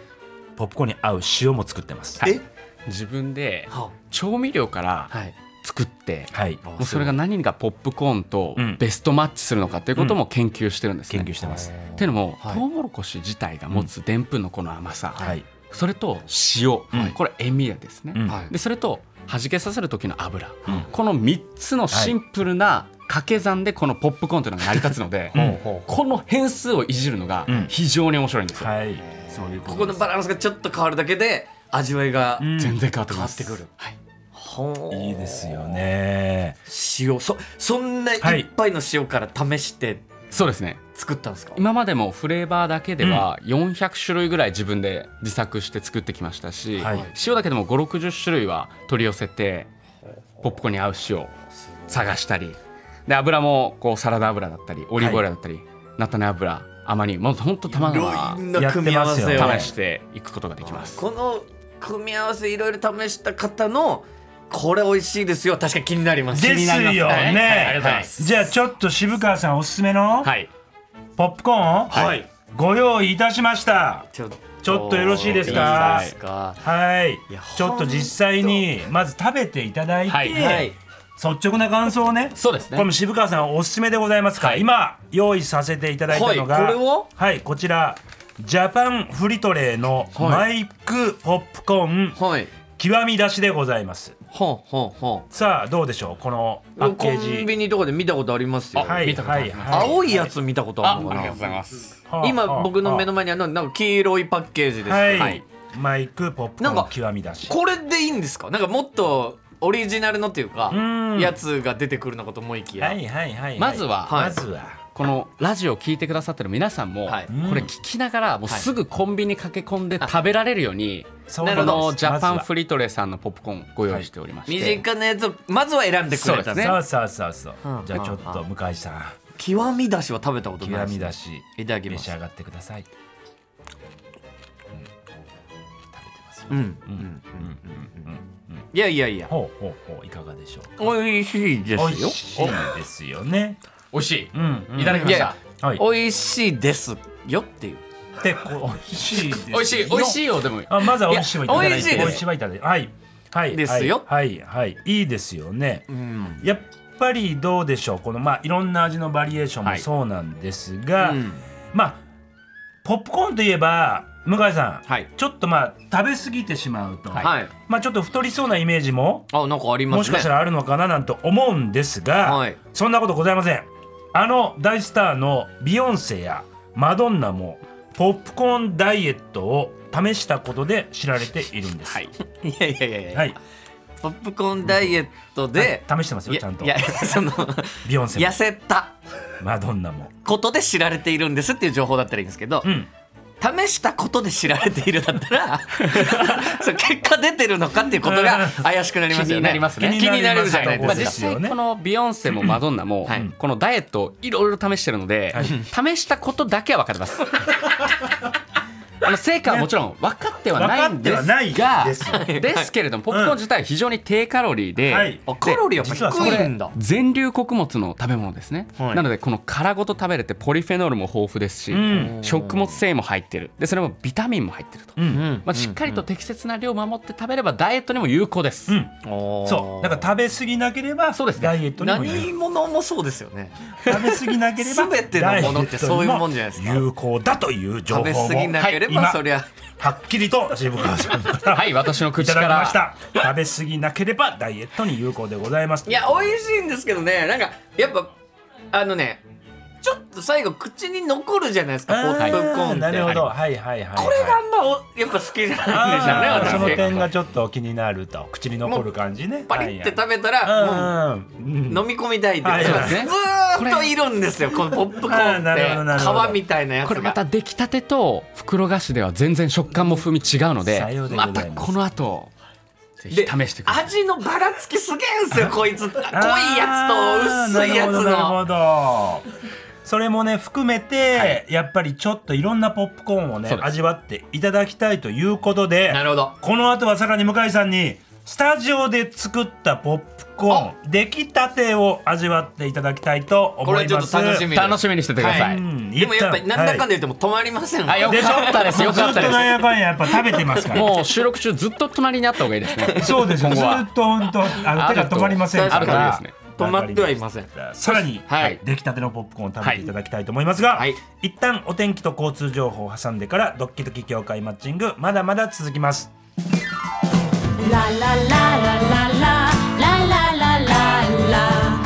[SPEAKER 2] ポップコーンに合う塩も作ってます
[SPEAKER 3] はい
[SPEAKER 1] え
[SPEAKER 3] 自分で
[SPEAKER 1] は
[SPEAKER 3] 調味料から
[SPEAKER 1] はい
[SPEAKER 3] 作って、
[SPEAKER 2] はい
[SPEAKER 1] あ
[SPEAKER 3] もうそれが何がポップコーンと
[SPEAKER 2] うん
[SPEAKER 3] ベストマッチするのかっていうことも研究してるんですね、
[SPEAKER 2] 研究してます
[SPEAKER 3] っていうのも、
[SPEAKER 1] はい
[SPEAKER 3] トウモロコシ自体が持つでんぷんのこの甘さ、
[SPEAKER 2] はい
[SPEAKER 3] それと塩、
[SPEAKER 2] うん
[SPEAKER 3] これ塩味ですね、
[SPEAKER 2] うん
[SPEAKER 1] はい
[SPEAKER 3] でそれと弾けさせる時の油、
[SPEAKER 2] うん
[SPEAKER 3] この3つのシンプルな掛け算でこのポップコーンというのが成り立つので、
[SPEAKER 2] うん
[SPEAKER 3] この変数をいじるのが
[SPEAKER 2] うん
[SPEAKER 3] 非常に面白いんですよ、
[SPEAKER 2] はい
[SPEAKER 3] そういう
[SPEAKER 1] ここのバランスがちょっと変わるだけで味わいが
[SPEAKER 2] うん
[SPEAKER 3] 全然変わって
[SPEAKER 1] 変わ
[SPEAKER 3] きま
[SPEAKER 1] って
[SPEAKER 3] す
[SPEAKER 1] くる、はいほう
[SPEAKER 2] いいですよね
[SPEAKER 1] 塩そそんな
[SPEAKER 2] はい
[SPEAKER 1] 一杯の塩から試して
[SPEAKER 3] そうですね
[SPEAKER 1] 作ったんですか、
[SPEAKER 3] 今までもフレーバーだけでは400種類ぐらい自分で自作して作ってきましたし、
[SPEAKER 2] はい
[SPEAKER 3] 塩だけでも560種類は取り寄せてポップコーンに合う塩を探したりで油もこうサラダ油だったりオリーブオイルだったり、菜種油アマニ油もうほんとたま
[SPEAKER 1] い
[SPEAKER 3] ら
[SPEAKER 1] ろん
[SPEAKER 3] な
[SPEAKER 1] な組み合わせ
[SPEAKER 2] やってます
[SPEAKER 1] を
[SPEAKER 2] よ
[SPEAKER 3] 試していくことができます
[SPEAKER 1] この組み合わせいろいろ試した方のこれ美味しいですよ確かに気になります
[SPEAKER 2] です
[SPEAKER 1] 気になります
[SPEAKER 2] よ
[SPEAKER 1] はいはいありがとうござい
[SPEAKER 2] ね
[SPEAKER 1] ます
[SPEAKER 2] じゃあちょっと渋川さんおすすめの
[SPEAKER 3] はい
[SPEAKER 2] ポップコーンを
[SPEAKER 1] はい
[SPEAKER 2] ご用意いたしました
[SPEAKER 1] ちょっと
[SPEAKER 2] ちょっとよろしいです
[SPEAKER 3] か
[SPEAKER 1] いいですか
[SPEAKER 2] はい
[SPEAKER 1] いや
[SPEAKER 2] ちょっと実際にまず食べていただいて、
[SPEAKER 3] はい
[SPEAKER 1] はい
[SPEAKER 2] 率直な感想をね
[SPEAKER 3] そうですね
[SPEAKER 2] これも渋川さんおすすめでございますから、
[SPEAKER 3] はい
[SPEAKER 2] 今用意させていただいたのが、
[SPEAKER 1] はいこれを
[SPEAKER 2] はいこちらジャパンフリトレーのマイクポップコーン
[SPEAKER 1] はい
[SPEAKER 2] 極み出しでございます
[SPEAKER 1] ほんほんほん
[SPEAKER 2] さあどうでしょうこのパッ
[SPEAKER 1] コ
[SPEAKER 2] ケージ
[SPEAKER 1] ンビニとかで見たことありますよ、
[SPEAKER 3] あ見たことあります
[SPEAKER 1] 青いやつ見たことあるのかな、
[SPEAKER 3] ます
[SPEAKER 1] 今僕の目の
[SPEAKER 2] 前
[SPEAKER 1] 前にあるのはなんか黄色いパッケージです、
[SPEAKER 2] はい、
[SPEAKER 3] はい
[SPEAKER 2] マイクポップコ
[SPEAKER 1] なん
[SPEAKER 2] ー
[SPEAKER 1] か
[SPEAKER 2] ン極み出し
[SPEAKER 1] これでいいんですかなんかもっとオリジナルのっていうか
[SPEAKER 2] うん
[SPEAKER 1] やつが出てくるのかと思いきや、
[SPEAKER 2] はいはいはいい
[SPEAKER 3] まずは
[SPEAKER 2] まずは
[SPEAKER 3] このラジオを聞いてくださってる皆さんも、
[SPEAKER 1] はい
[SPEAKER 3] これ聞きながらもうすぐコンビニ駆け込んで食べられるように、
[SPEAKER 2] そう
[SPEAKER 1] な
[SPEAKER 2] なん
[SPEAKER 1] る
[SPEAKER 3] こ
[SPEAKER 1] ほど
[SPEAKER 3] のジャパンフ
[SPEAKER 2] リ
[SPEAKER 3] リトレさんのポップコーンご用意しておりまして、
[SPEAKER 1] 身近なやつをまずは選んでくれた
[SPEAKER 3] そう
[SPEAKER 1] の
[SPEAKER 3] ですね
[SPEAKER 2] そうそうそうそう、
[SPEAKER 1] うん
[SPEAKER 2] じゃあちょっと向井さん
[SPEAKER 1] 極みだしは食べたことない
[SPEAKER 2] 極み
[SPEAKER 1] で
[SPEAKER 2] だ
[SPEAKER 1] す
[SPEAKER 2] し
[SPEAKER 1] いただき
[SPEAKER 2] 召
[SPEAKER 1] ま
[SPEAKER 2] し
[SPEAKER 1] す
[SPEAKER 2] 上がってください、うん、食べてますよ
[SPEAKER 1] うんうんいやいやいや
[SPEAKER 2] ほうほうほういかがでしょう
[SPEAKER 1] 美味しいで
[SPEAKER 2] 美
[SPEAKER 1] す
[SPEAKER 2] 味
[SPEAKER 1] よ
[SPEAKER 2] しいですよね
[SPEAKER 3] 美味しい、
[SPEAKER 2] うん、うん
[SPEAKER 3] いただきました
[SPEAKER 2] はい
[SPEAKER 1] お美味しいですよっていう
[SPEAKER 2] でこう美味しいです
[SPEAKER 3] 美味しい美味しいよでも
[SPEAKER 2] あまずは美味しいをいただいて
[SPEAKER 1] いや美味しいです
[SPEAKER 2] 美味しいはいただいてはいはい
[SPEAKER 1] ですよ
[SPEAKER 2] はいはい、はい、いいですよね
[SPEAKER 1] うん
[SPEAKER 2] やっぱりどうでしょうこのまあいろんな味のバリエーションも
[SPEAKER 3] はい
[SPEAKER 2] そうなんですが、
[SPEAKER 1] うん
[SPEAKER 2] まあポップコーンといえば向井さん、
[SPEAKER 1] はい
[SPEAKER 2] ちょっとまあ食べ過ぎてしまうと、
[SPEAKER 1] はい
[SPEAKER 2] まあちょっと太りそうなイメージも
[SPEAKER 1] あなんかありますね
[SPEAKER 2] もしかしたらあるのかななんて思うんですが、
[SPEAKER 1] はい
[SPEAKER 2] そんなことございませんあの大スターのビヨンセやマドンナもポップコーンダイエットを試したことで知られているんです。はい、
[SPEAKER 1] いやいやいやいや、ポップコーンダイエットで、
[SPEAKER 2] 試してます
[SPEAKER 1] い
[SPEAKER 2] よ
[SPEAKER 1] や
[SPEAKER 2] ちゃんと
[SPEAKER 1] いや その
[SPEAKER 2] ビヨンセも
[SPEAKER 1] 痩せた
[SPEAKER 2] マドンナも。
[SPEAKER 1] ことで知られているんですっていう情報だったらいいんですけど、
[SPEAKER 2] うん
[SPEAKER 1] 試したことで知られているだった らそう結果出てるのかっていうことが怪しくなりますよね
[SPEAKER 3] 気になりますね
[SPEAKER 1] 気になるじゃないで
[SPEAKER 3] まあ、
[SPEAKER 1] す
[SPEAKER 3] 実
[SPEAKER 1] か
[SPEAKER 2] ですよね
[SPEAKER 3] 際このビヨンセもマドンナも、
[SPEAKER 1] はい
[SPEAKER 3] このダイエットをいろいろ試してるので、試したことだけは分かってます。あの成果はもちろん分かってはないんです
[SPEAKER 2] 分かってはな
[SPEAKER 3] が
[SPEAKER 2] いですよ
[SPEAKER 3] ですけれどもポップコーン自体は非常に低カロリーで、
[SPEAKER 2] はい
[SPEAKER 1] あカロリー
[SPEAKER 2] 実は
[SPEAKER 1] は
[SPEAKER 2] それ
[SPEAKER 1] 低いんだ
[SPEAKER 3] 全粒穀物の食べ物ですね、
[SPEAKER 1] はい
[SPEAKER 3] なのでこの殻ごと食べれてポリフェノールも豊富ですし、
[SPEAKER 2] うん
[SPEAKER 3] 食物繊維も入ってるでそれもビタミンも入ってると、
[SPEAKER 2] うん
[SPEAKER 1] ん
[SPEAKER 3] まあ、しっかりと適切な量を守って食べればダイエットにも有効です、
[SPEAKER 2] うんそ
[SPEAKER 1] そう
[SPEAKER 2] だから食べ過ぎなければ
[SPEAKER 3] そうですね
[SPEAKER 2] ダイエットにも有
[SPEAKER 1] 何物もそうですよね
[SPEAKER 2] 食べ過ぎなければ
[SPEAKER 1] 全てのものってそういうもんじゃないですか
[SPEAKER 2] ダイエットにも有効だという情報
[SPEAKER 1] 食
[SPEAKER 2] を
[SPEAKER 1] べ過ぎなければ、
[SPEAKER 2] はい今
[SPEAKER 1] そりゃ
[SPEAKER 2] はっきりと渋川さんから
[SPEAKER 3] はい私の
[SPEAKER 2] い
[SPEAKER 3] 口
[SPEAKER 2] ただ
[SPEAKER 3] か
[SPEAKER 2] きまし
[SPEAKER 3] ら
[SPEAKER 2] た食べ過ぎなければダイエットに有効でございます
[SPEAKER 1] いや美味しいんですけどねなんかやっぱあのねちょっと最後口に残るじゃないですかポ
[SPEAKER 2] あ
[SPEAKER 1] ップコーンっ
[SPEAKER 2] ー
[SPEAKER 1] て
[SPEAKER 2] なるほどはいはいはい
[SPEAKER 1] これがあんまおやっぱ好きじゃないんでしょうね
[SPEAKER 2] あー
[SPEAKER 1] 私
[SPEAKER 2] その点がちょっと気になると口に残る感じね
[SPEAKER 1] パリって
[SPEAKER 2] はい
[SPEAKER 1] 食べたらも
[SPEAKER 2] はいうん
[SPEAKER 1] う飲み込みたいっていう
[SPEAKER 2] はい
[SPEAKER 1] ず
[SPEAKER 2] はい
[SPEAKER 1] ーっといるんですよこのポップコー
[SPEAKER 2] あーなるほど
[SPEAKER 1] ン
[SPEAKER 2] な
[SPEAKER 1] っ
[SPEAKER 2] る
[SPEAKER 1] て
[SPEAKER 2] ほど
[SPEAKER 1] 皮みたいなやつ
[SPEAKER 3] これま
[SPEAKER 1] が
[SPEAKER 3] た出来たてと袋菓子では全然食感も風味違うので
[SPEAKER 2] さようでござい
[SPEAKER 3] ま
[SPEAKER 2] ます
[SPEAKER 3] たこの後ぜひ試
[SPEAKER 1] で
[SPEAKER 3] してください
[SPEAKER 1] 味のばらつきすげえんすよこいつ濃いや
[SPEAKER 2] あ
[SPEAKER 1] つ
[SPEAKER 2] ー
[SPEAKER 1] と薄いやつ
[SPEAKER 2] な
[SPEAKER 1] の
[SPEAKER 2] るほどなるほどそれもね含めて、やっぱりちょっといろんなポップコーンをね
[SPEAKER 3] そうです
[SPEAKER 2] 味わっていただきたいということで
[SPEAKER 1] なるほど
[SPEAKER 2] この後はさらに向井さんにスタジオで作ったポップコーン出来たてを味わっていただきたいと思います
[SPEAKER 1] これちょっと楽しみです
[SPEAKER 3] 楽しみにしててください、
[SPEAKER 2] うん
[SPEAKER 1] でもやっぱりなんだかんだ
[SPEAKER 2] で、
[SPEAKER 1] 言っても止まりません
[SPEAKER 3] あよ
[SPEAKER 2] でしょ
[SPEAKER 3] かったですよかった
[SPEAKER 2] ずっ
[SPEAKER 3] で
[SPEAKER 2] と
[SPEAKER 3] す
[SPEAKER 2] なんやかんややっぱ食べてますから
[SPEAKER 3] もう収録中ずっと隣にあった方がいいです ね
[SPEAKER 2] そうですよ
[SPEAKER 3] 今
[SPEAKER 2] ず
[SPEAKER 3] 後は
[SPEAKER 2] っと本当あの手が止まりませんか
[SPEAKER 3] あるといい
[SPEAKER 2] ら
[SPEAKER 3] ですね
[SPEAKER 1] 止まってはいません
[SPEAKER 2] さらに、
[SPEAKER 3] はい
[SPEAKER 2] はい出来たてのポップコーンを食べていただきたいと思いますが、
[SPEAKER 1] はい
[SPEAKER 2] 一旦お天気と交通情報を挟んでからドッキドキ協会マッチングまだまだ続きます
[SPEAKER 4] ラララララララララララ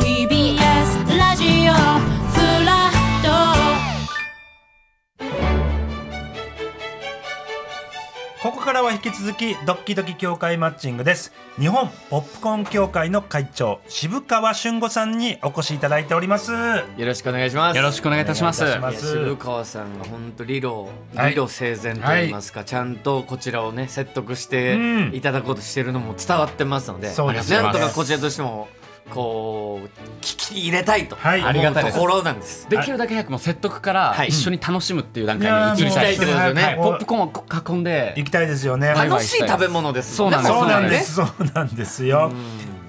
[SPEAKER 4] TBS ラジオフラット
[SPEAKER 2] ここからは引き続きドッキドキ協会マッチングです日本ポップコーン協会の会長渋川俊吾さんにお越しいただいております
[SPEAKER 1] よろしくお願いします
[SPEAKER 3] よろしくお願いいたします
[SPEAKER 2] お願いいたしま
[SPEAKER 1] いや渋川さんが本当理路
[SPEAKER 2] はい
[SPEAKER 1] 理路整然と言いますか、ちゃんとこちらをね説得して
[SPEAKER 2] うん
[SPEAKER 1] いただこうとしてるのも伝わってますので、
[SPEAKER 2] そうです
[SPEAKER 3] ね
[SPEAKER 1] なんとかこちらとしてもこう聞き入れたいと思
[SPEAKER 2] はいあり
[SPEAKER 3] が
[SPEAKER 1] う
[SPEAKER 3] たい
[SPEAKER 1] と
[SPEAKER 3] です
[SPEAKER 1] ころなんです。
[SPEAKER 3] できるだけ早くもう説得から
[SPEAKER 1] はい
[SPEAKER 3] 一緒に楽しむっていう段
[SPEAKER 2] いやー
[SPEAKER 3] 階
[SPEAKER 1] もう
[SPEAKER 3] に移りたい
[SPEAKER 1] 行きたいってことですよね
[SPEAKER 3] はいポップコーンを囲んで
[SPEAKER 2] 行きたいですよね
[SPEAKER 3] はい
[SPEAKER 1] 楽しい食べ物ですもんね。
[SPEAKER 3] そ
[SPEAKER 2] そう
[SPEAKER 3] う
[SPEAKER 2] な
[SPEAKER 3] なんん
[SPEAKER 2] で
[SPEAKER 3] です
[SPEAKER 2] そうなんですよ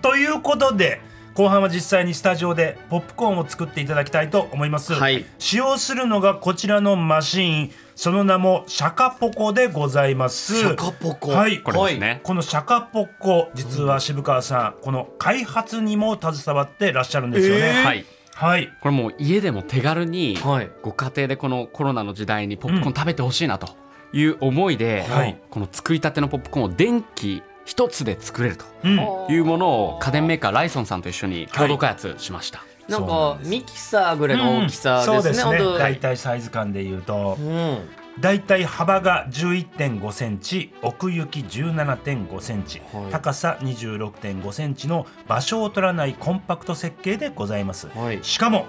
[SPEAKER 2] ということで後半は実際にスタジオでポップコーンを作っていただきたいと思います、
[SPEAKER 3] はい
[SPEAKER 2] 使用するのがこちらのマシーンその名もシャカポコでございます
[SPEAKER 1] シャカポコ
[SPEAKER 2] はい
[SPEAKER 3] これですね
[SPEAKER 2] このシャカポコ実は渋川さんこの開発にも携わってらっしゃるんですよね、
[SPEAKER 1] えー
[SPEAKER 3] はい
[SPEAKER 2] はい
[SPEAKER 3] これもう家でも手軽に
[SPEAKER 1] はい
[SPEAKER 3] ご家庭でこのコロナの時代にポップコーン食べてほしいなという思いで、
[SPEAKER 2] はい
[SPEAKER 3] この作りたてのポップコーンを電気一つで作れると
[SPEAKER 2] うん
[SPEAKER 3] いうものを家電メーカーライソンさんと一緒に共同開発しました、
[SPEAKER 1] なん
[SPEAKER 2] そうな
[SPEAKER 1] か
[SPEAKER 2] んです
[SPEAKER 1] ミキサーぐらいの大きさ
[SPEAKER 2] う
[SPEAKER 1] で
[SPEAKER 2] ん
[SPEAKER 1] すね。
[SPEAKER 2] そうですね
[SPEAKER 1] 本
[SPEAKER 2] 大体サイズ感で言うと
[SPEAKER 1] 当うん。
[SPEAKER 2] だいたい幅が11.5センチ奥行き17.5センチ、
[SPEAKER 1] はい
[SPEAKER 2] 高さ26.5センチの場所を取らないコンパクト設計でございます、
[SPEAKER 1] はい
[SPEAKER 2] しかも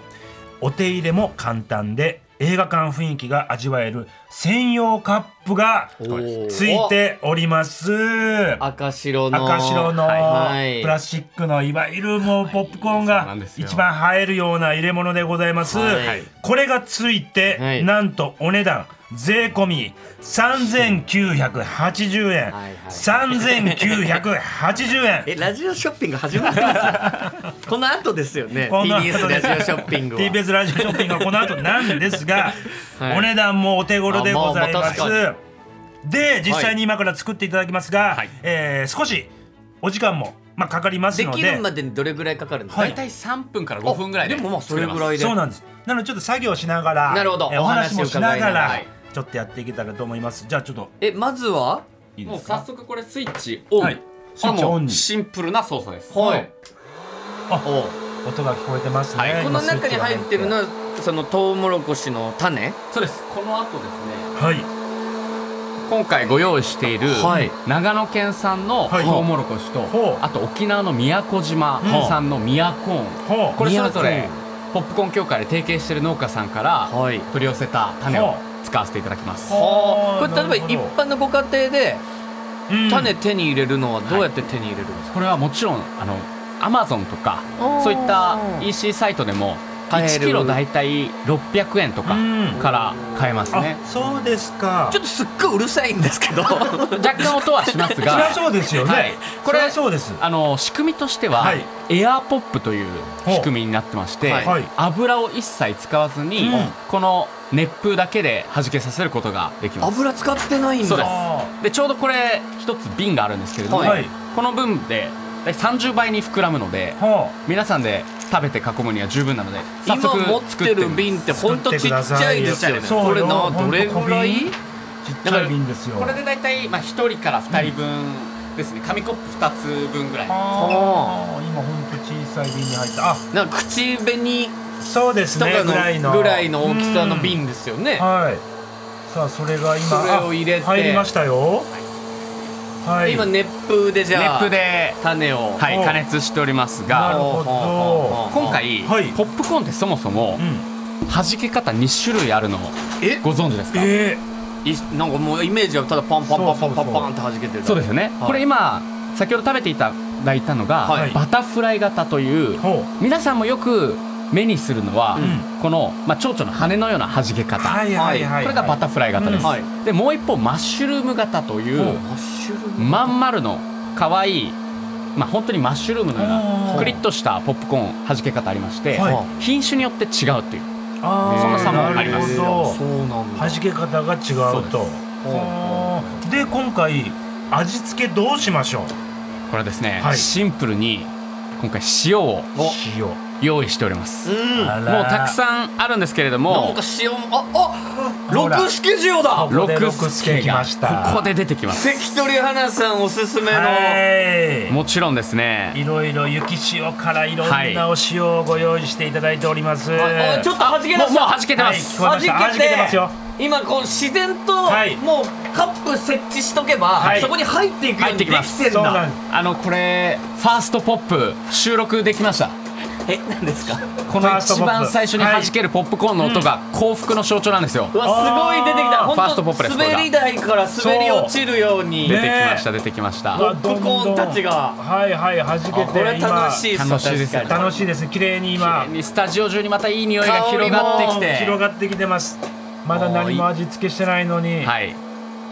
[SPEAKER 2] お手入れも簡単で映画館雰囲気が味わえる専用カップが
[SPEAKER 1] お
[SPEAKER 2] ついております
[SPEAKER 1] 赤白の
[SPEAKER 2] 赤白の
[SPEAKER 1] はい
[SPEAKER 2] プラスチックのいわゆるもうポップコーン
[SPEAKER 3] そうな
[SPEAKER 2] が
[SPEAKER 3] んですよ
[SPEAKER 2] 一番映えるような入れ物でございます、
[SPEAKER 1] はい
[SPEAKER 2] これがついて、
[SPEAKER 1] はい
[SPEAKER 2] なんとお値段税込み3980円、
[SPEAKER 1] はいはい
[SPEAKER 2] 3980円
[SPEAKER 1] えラジオショッピング始まったんで すよこの後ですよね
[SPEAKER 2] この後
[SPEAKER 1] TBS ラジオショッピングは
[SPEAKER 2] TBS ラジオショッピングはこの後なんですが、
[SPEAKER 1] はい
[SPEAKER 2] お値段もお手頃でございま
[SPEAKER 1] あまあまあ
[SPEAKER 2] す。で実際に今から作っていただきますが、
[SPEAKER 3] はい
[SPEAKER 2] えー少しお時間も、まあ、かかります
[SPEAKER 1] で
[SPEAKER 2] の
[SPEAKER 1] き
[SPEAKER 2] で
[SPEAKER 1] るまでにどれぐらいかかるんですか、
[SPEAKER 2] はい
[SPEAKER 3] 大体3分から5分ぐらいで
[SPEAKER 1] あでもまあそれぐらいで
[SPEAKER 2] そうなんですなのでちょっと作業しながら
[SPEAKER 1] なるほど
[SPEAKER 2] えーお話もしなが
[SPEAKER 1] お話を伺いなが
[SPEAKER 2] ら
[SPEAKER 1] らはい
[SPEAKER 2] ちょっとやっていけたらと思いますじゃあちょっと
[SPEAKER 1] えまずはい
[SPEAKER 2] いで
[SPEAKER 3] もう
[SPEAKER 2] すか
[SPEAKER 3] 早速これスイッチオン、
[SPEAKER 2] はいス
[SPEAKER 3] こ
[SPEAKER 2] イ
[SPEAKER 3] れ
[SPEAKER 2] ッチオ
[SPEAKER 3] も
[SPEAKER 2] ン
[SPEAKER 3] う
[SPEAKER 2] に
[SPEAKER 3] シンプルな操作です
[SPEAKER 1] はい
[SPEAKER 2] あ
[SPEAKER 1] おう
[SPEAKER 2] 音が聞こえてますね、
[SPEAKER 3] はい
[SPEAKER 1] こ
[SPEAKER 2] 今
[SPEAKER 1] の中に入ってるのはそのトウモロコシの種
[SPEAKER 3] そうですこの後ですね
[SPEAKER 2] はい
[SPEAKER 3] 今回ご用意している、
[SPEAKER 1] はい
[SPEAKER 3] 長野県産の
[SPEAKER 2] はい
[SPEAKER 3] トウモロコシと、
[SPEAKER 2] ほう
[SPEAKER 3] あと沖縄の宮古島産の宮コーン、
[SPEAKER 2] ほう
[SPEAKER 3] これそれぞ
[SPEAKER 1] 宮
[SPEAKER 3] れ
[SPEAKER 1] コ
[SPEAKER 3] ポップコーン協会で提携している農家さんから
[SPEAKER 1] はい
[SPEAKER 3] 取り寄せた種を
[SPEAKER 2] ほ
[SPEAKER 3] 使わせていただきます
[SPEAKER 2] ほあー
[SPEAKER 1] これ例えば
[SPEAKER 2] なる
[SPEAKER 1] 一
[SPEAKER 2] ほど
[SPEAKER 1] 般のご家庭で
[SPEAKER 2] うん
[SPEAKER 1] 種手に入れるのはどうやって手に入れるんですか、
[SPEAKER 3] これはもちろんあのアマゾンとかそういった EC サイトでも
[SPEAKER 1] 買え
[SPEAKER 3] 1
[SPEAKER 1] る
[SPEAKER 3] キロ大体600円とか
[SPEAKER 2] うん
[SPEAKER 3] から買えます
[SPEAKER 2] あ
[SPEAKER 3] ね
[SPEAKER 2] そうですか
[SPEAKER 1] ちょっとすっごいうるさいんですけど
[SPEAKER 3] 若干音はします
[SPEAKER 2] そ りゃ
[SPEAKER 3] が
[SPEAKER 2] そうですよね、
[SPEAKER 3] はい
[SPEAKER 2] こ
[SPEAKER 3] こ
[SPEAKER 2] れ
[SPEAKER 3] れ
[SPEAKER 2] そうです
[SPEAKER 3] あの仕組みとしては、
[SPEAKER 2] はい
[SPEAKER 3] エアーポップという仕組みになってまして、
[SPEAKER 1] ほう
[SPEAKER 2] はい
[SPEAKER 3] 油を一切使わずに、
[SPEAKER 2] うん
[SPEAKER 3] この熱風だけで弾けさせることができま す
[SPEAKER 1] 油使ってないんだ
[SPEAKER 3] そうです
[SPEAKER 2] あ
[SPEAKER 3] でちょうどこれ一つ瓶があるんですけれども、
[SPEAKER 1] はい
[SPEAKER 3] この分で大体30倍に膨らむので
[SPEAKER 2] ーほ
[SPEAKER 3] 皆さんで食べて囲むには十分なので早
[SPEAKER 1] 今
[SPEAKER 3] 速
[SPEAKER 1] 持っ
[SPEAKER 3] 作
[SPEAKER 1] てる瓶ってほんとちっちゃいですよね
[SPEAKER 2] そうよ
[SPEAKER 1] これな
[SPEAKER 2] ほんと
[SPEAKER 1] どれぐらい
[SPEAKER 2] 小瓶うちっちゃい瓶ですよ
[SPEAKER 3] これで大体、まあ、1人から2人分ですね、紙コップ2つ分ぐらい
[SPEAKER 2] あー今ほんと小さい瓶に入ったあ
[SPEAKER 1] なんか口紅
[SPEAKER 2] そうです
[SPEAKER 1] と
[SPEAKER 2] ね
[SPEAKER 1] か
[SPEAKER 2] ぐらいの
[SPEAKER 1] のぐらいの大きさの瓶ですよね
[SPEAKER 2] うんはいさあそれが今
[SPEAKER 1] それを入れて
[SPEAKER 2] あ入りましたよはい
[SPEAKER 1] 今熱風でじゃあ
[SPEAKER 3] 熱風で、
[SPEAKER 1] 種を
[SPEAKER 3] は
[SPEAKER 2] お
[SPEAKER 3] い、加熱しております
[SPEAKER 2] なる
[SPEAKER 3] が
[SPEAKER 2] ほど
[SPEAKER 3] 今回、
[SPEAKER 2] はい
[SPEAKER 3] ポップコーンってそもそも
[SPEAKER 2] うん
[SPEAKER 3] 弾け方2種類あるのを
[SPEAKER 1] え
[SPEAKER 3] ご存知ですか
[SPEAKER 2] え
[SPEAKER 1] いなんかもうイメージはただパンパンパンパンパンパンって弾けてる
[SPEAKER 3] そうですよね、
[SPEAKER 1] い
[SPEAKER 3] これ今先ほど食べていただいたのが、
[SPEAKER 1] はい
[SPEAKER 3] バタフライ型とい
[SPEAKER 2] ー、
[SPEAKER 3] う
[SPEAKER 2] ほう
[SPEAKER 3] 皆さんもよく目にするのは、
[SPEAKER 2] う
[SPEAKER 3] この、まあ、蝶々の羽のような弾け方、
[SPEAKER 2] はいはいはい
[SPEAKER 3] これがバタフライ型です、
[SPEAKER 1] はい
[SPEAKER 3] でもう一方マッシュルーム型とい
[SPEAKER 2] ほ
[SPEAKER 3] う
[SPEAKER 2] う
[SPEAKER 1] マッシュルーム
[SPEAKER 3] まん丸の可愛いまあ本当にマッシュルームのよ
[SPEAKER 2] あ
[SPEAKER 3] うな
[SPEAKER 2] ー
[SPEAKER 3] クリッとしたポップコーン弾け方ありまして、
[SPEAKER 2] はい
[SPEAKER 3] 品種によって違うという
[SPEAKER 2] あー
[SPEAKER 3] そんな差もあります
[SPEAKER 2] なるほ
[SPEAKER 1] そ
[SPEAKER 2] ど
[SPEAKER 1] うなんだ
[SPEAKER 2] 弾け方が違うと
[SPEAKER 1] ほう
[SPEAKER 2] あーで今回味付けどうしましょう
[SPEAKER 3] これはですね、
[SPEAKER 2] はい
[SPEAKER 3] シンプルに今回塩を
[SPEAKER 2] 塩
[SPEAKER 3] 用意しております
[SPEAKER 1] うん
[SPEAKER 2] あ
[SPEAKER 1] なん
[SPEAKER 2] ら
[SPEAKER 3] もうたくさんあるんですけれども
[SPEAKER 1] か塩もああ
[SPEAKER 2] ほら
[SPEAKER 1] 六色塩だ
[SPEAKER 2] ここで
[SPEAKER 3] 六
[SPEAKER 2] 六助
[SPEAKER 3] 助
[SPEAKER 2] きま
[SPEAKER 3] が
[SPEAKER 2] した
[SPEAKER 3] ここで出てきます
[SPEAKER 1] 関取花さんおすすめの
[SPEAKER 2] はい
[SPEAKER 3] もちろんです
[SPEAKER 2] い
[SPEAKER 3] ね
[SPEAKER 2] ろいろ雪塩からいろ
[SPEAKER 3] は
[SPEAKER 2] ん
[SPEAKER 3] い
[SPEAKER 2] なお塩をご用意していただいております。
[SPEAKER 1] ああちょっと弾け
[SPEAKER 3] も
[SPEAKER 1] な
[SPEAKER 3] うもう
[SPEAKER 1] さ
[SPEAKER 3] 弾けてます、
[SPEAKER 2] はい、聞こえました
[SPEAKER 1] 弾
[SPEAKER 2] 弾
[SPEAKER 1] け
[SPEAKER 2] け
[SPEAKER 1] て
[SPEAKER 2] てますよ。
[SPEAKER 1] 今こう自然と
[SPEAKER 2] はい
[SPEAKER 1] もうカップ設置しとけば、
[SPEAKER 2] はい
[SPEAKER 1] そこに入っていくよう
[SPEAKER 3] 入っ
[SPEAKER 1] に
[SPEAKER 3] て
[SPEAKER 1] で
[SPEAKER 3] き
[SPEAKER 1] き
[SPEAKER 3] ます
[SPEAKER 1] てん
[SPEAKER 2] そうな
[SPEAKER 1] だ
[SPEAKER 2] んです
[SPEAKER 3] あのこれファーストポップ収録できました
[SPEAKER 1] えなんですか
[SPEAKER 3] こ
[SPEAKER 2] フ
[SPEAKER 3] の一
[SPEAKER 2] ァーストポッ
[SPEAKER 3] 番
[SPEAKER 2] プ
[SPEAKER 3] 最初に弾けるポップコーンの音が幸福の象徴なんですよ、
[SPEAKER 1] うわすごい出てきた
[SPEAKER 2] あー
[SPEAKER 1] 本
[SPEAKER 3] ファーストポッ
[SPEAKER 1] 当
[SPEAKER 3] プですこれが
[SPEAKER 1] 滑り台から滑り落ちるように
[SPEAKER 3] 出
[SPEAKER 2] ね
[SPEAKER 3] てきました出てきました、
[SPEAKER 2] うわ
[SPEAKER 1] ポップコーンたちが
[SPEAKER 2] はいはい弾けて
[SPEAKER 1] あこれ楽しいっす
[SPEAKER 3] 楽しいですよ
[SPEAKER 1] 確かに
[SPEAKER 2] 楽しいです綺麗に今
[SPEAKER 3] にスタジオ中にまたいい匂いが広がってきて
[SPEAKER 2] 広がってきてますまだ何も味付けしてないのに、
[SPEAKER 3] は
[SPEAKER 1] は
[SPEAKER 3] い
[SPEAKER 1] い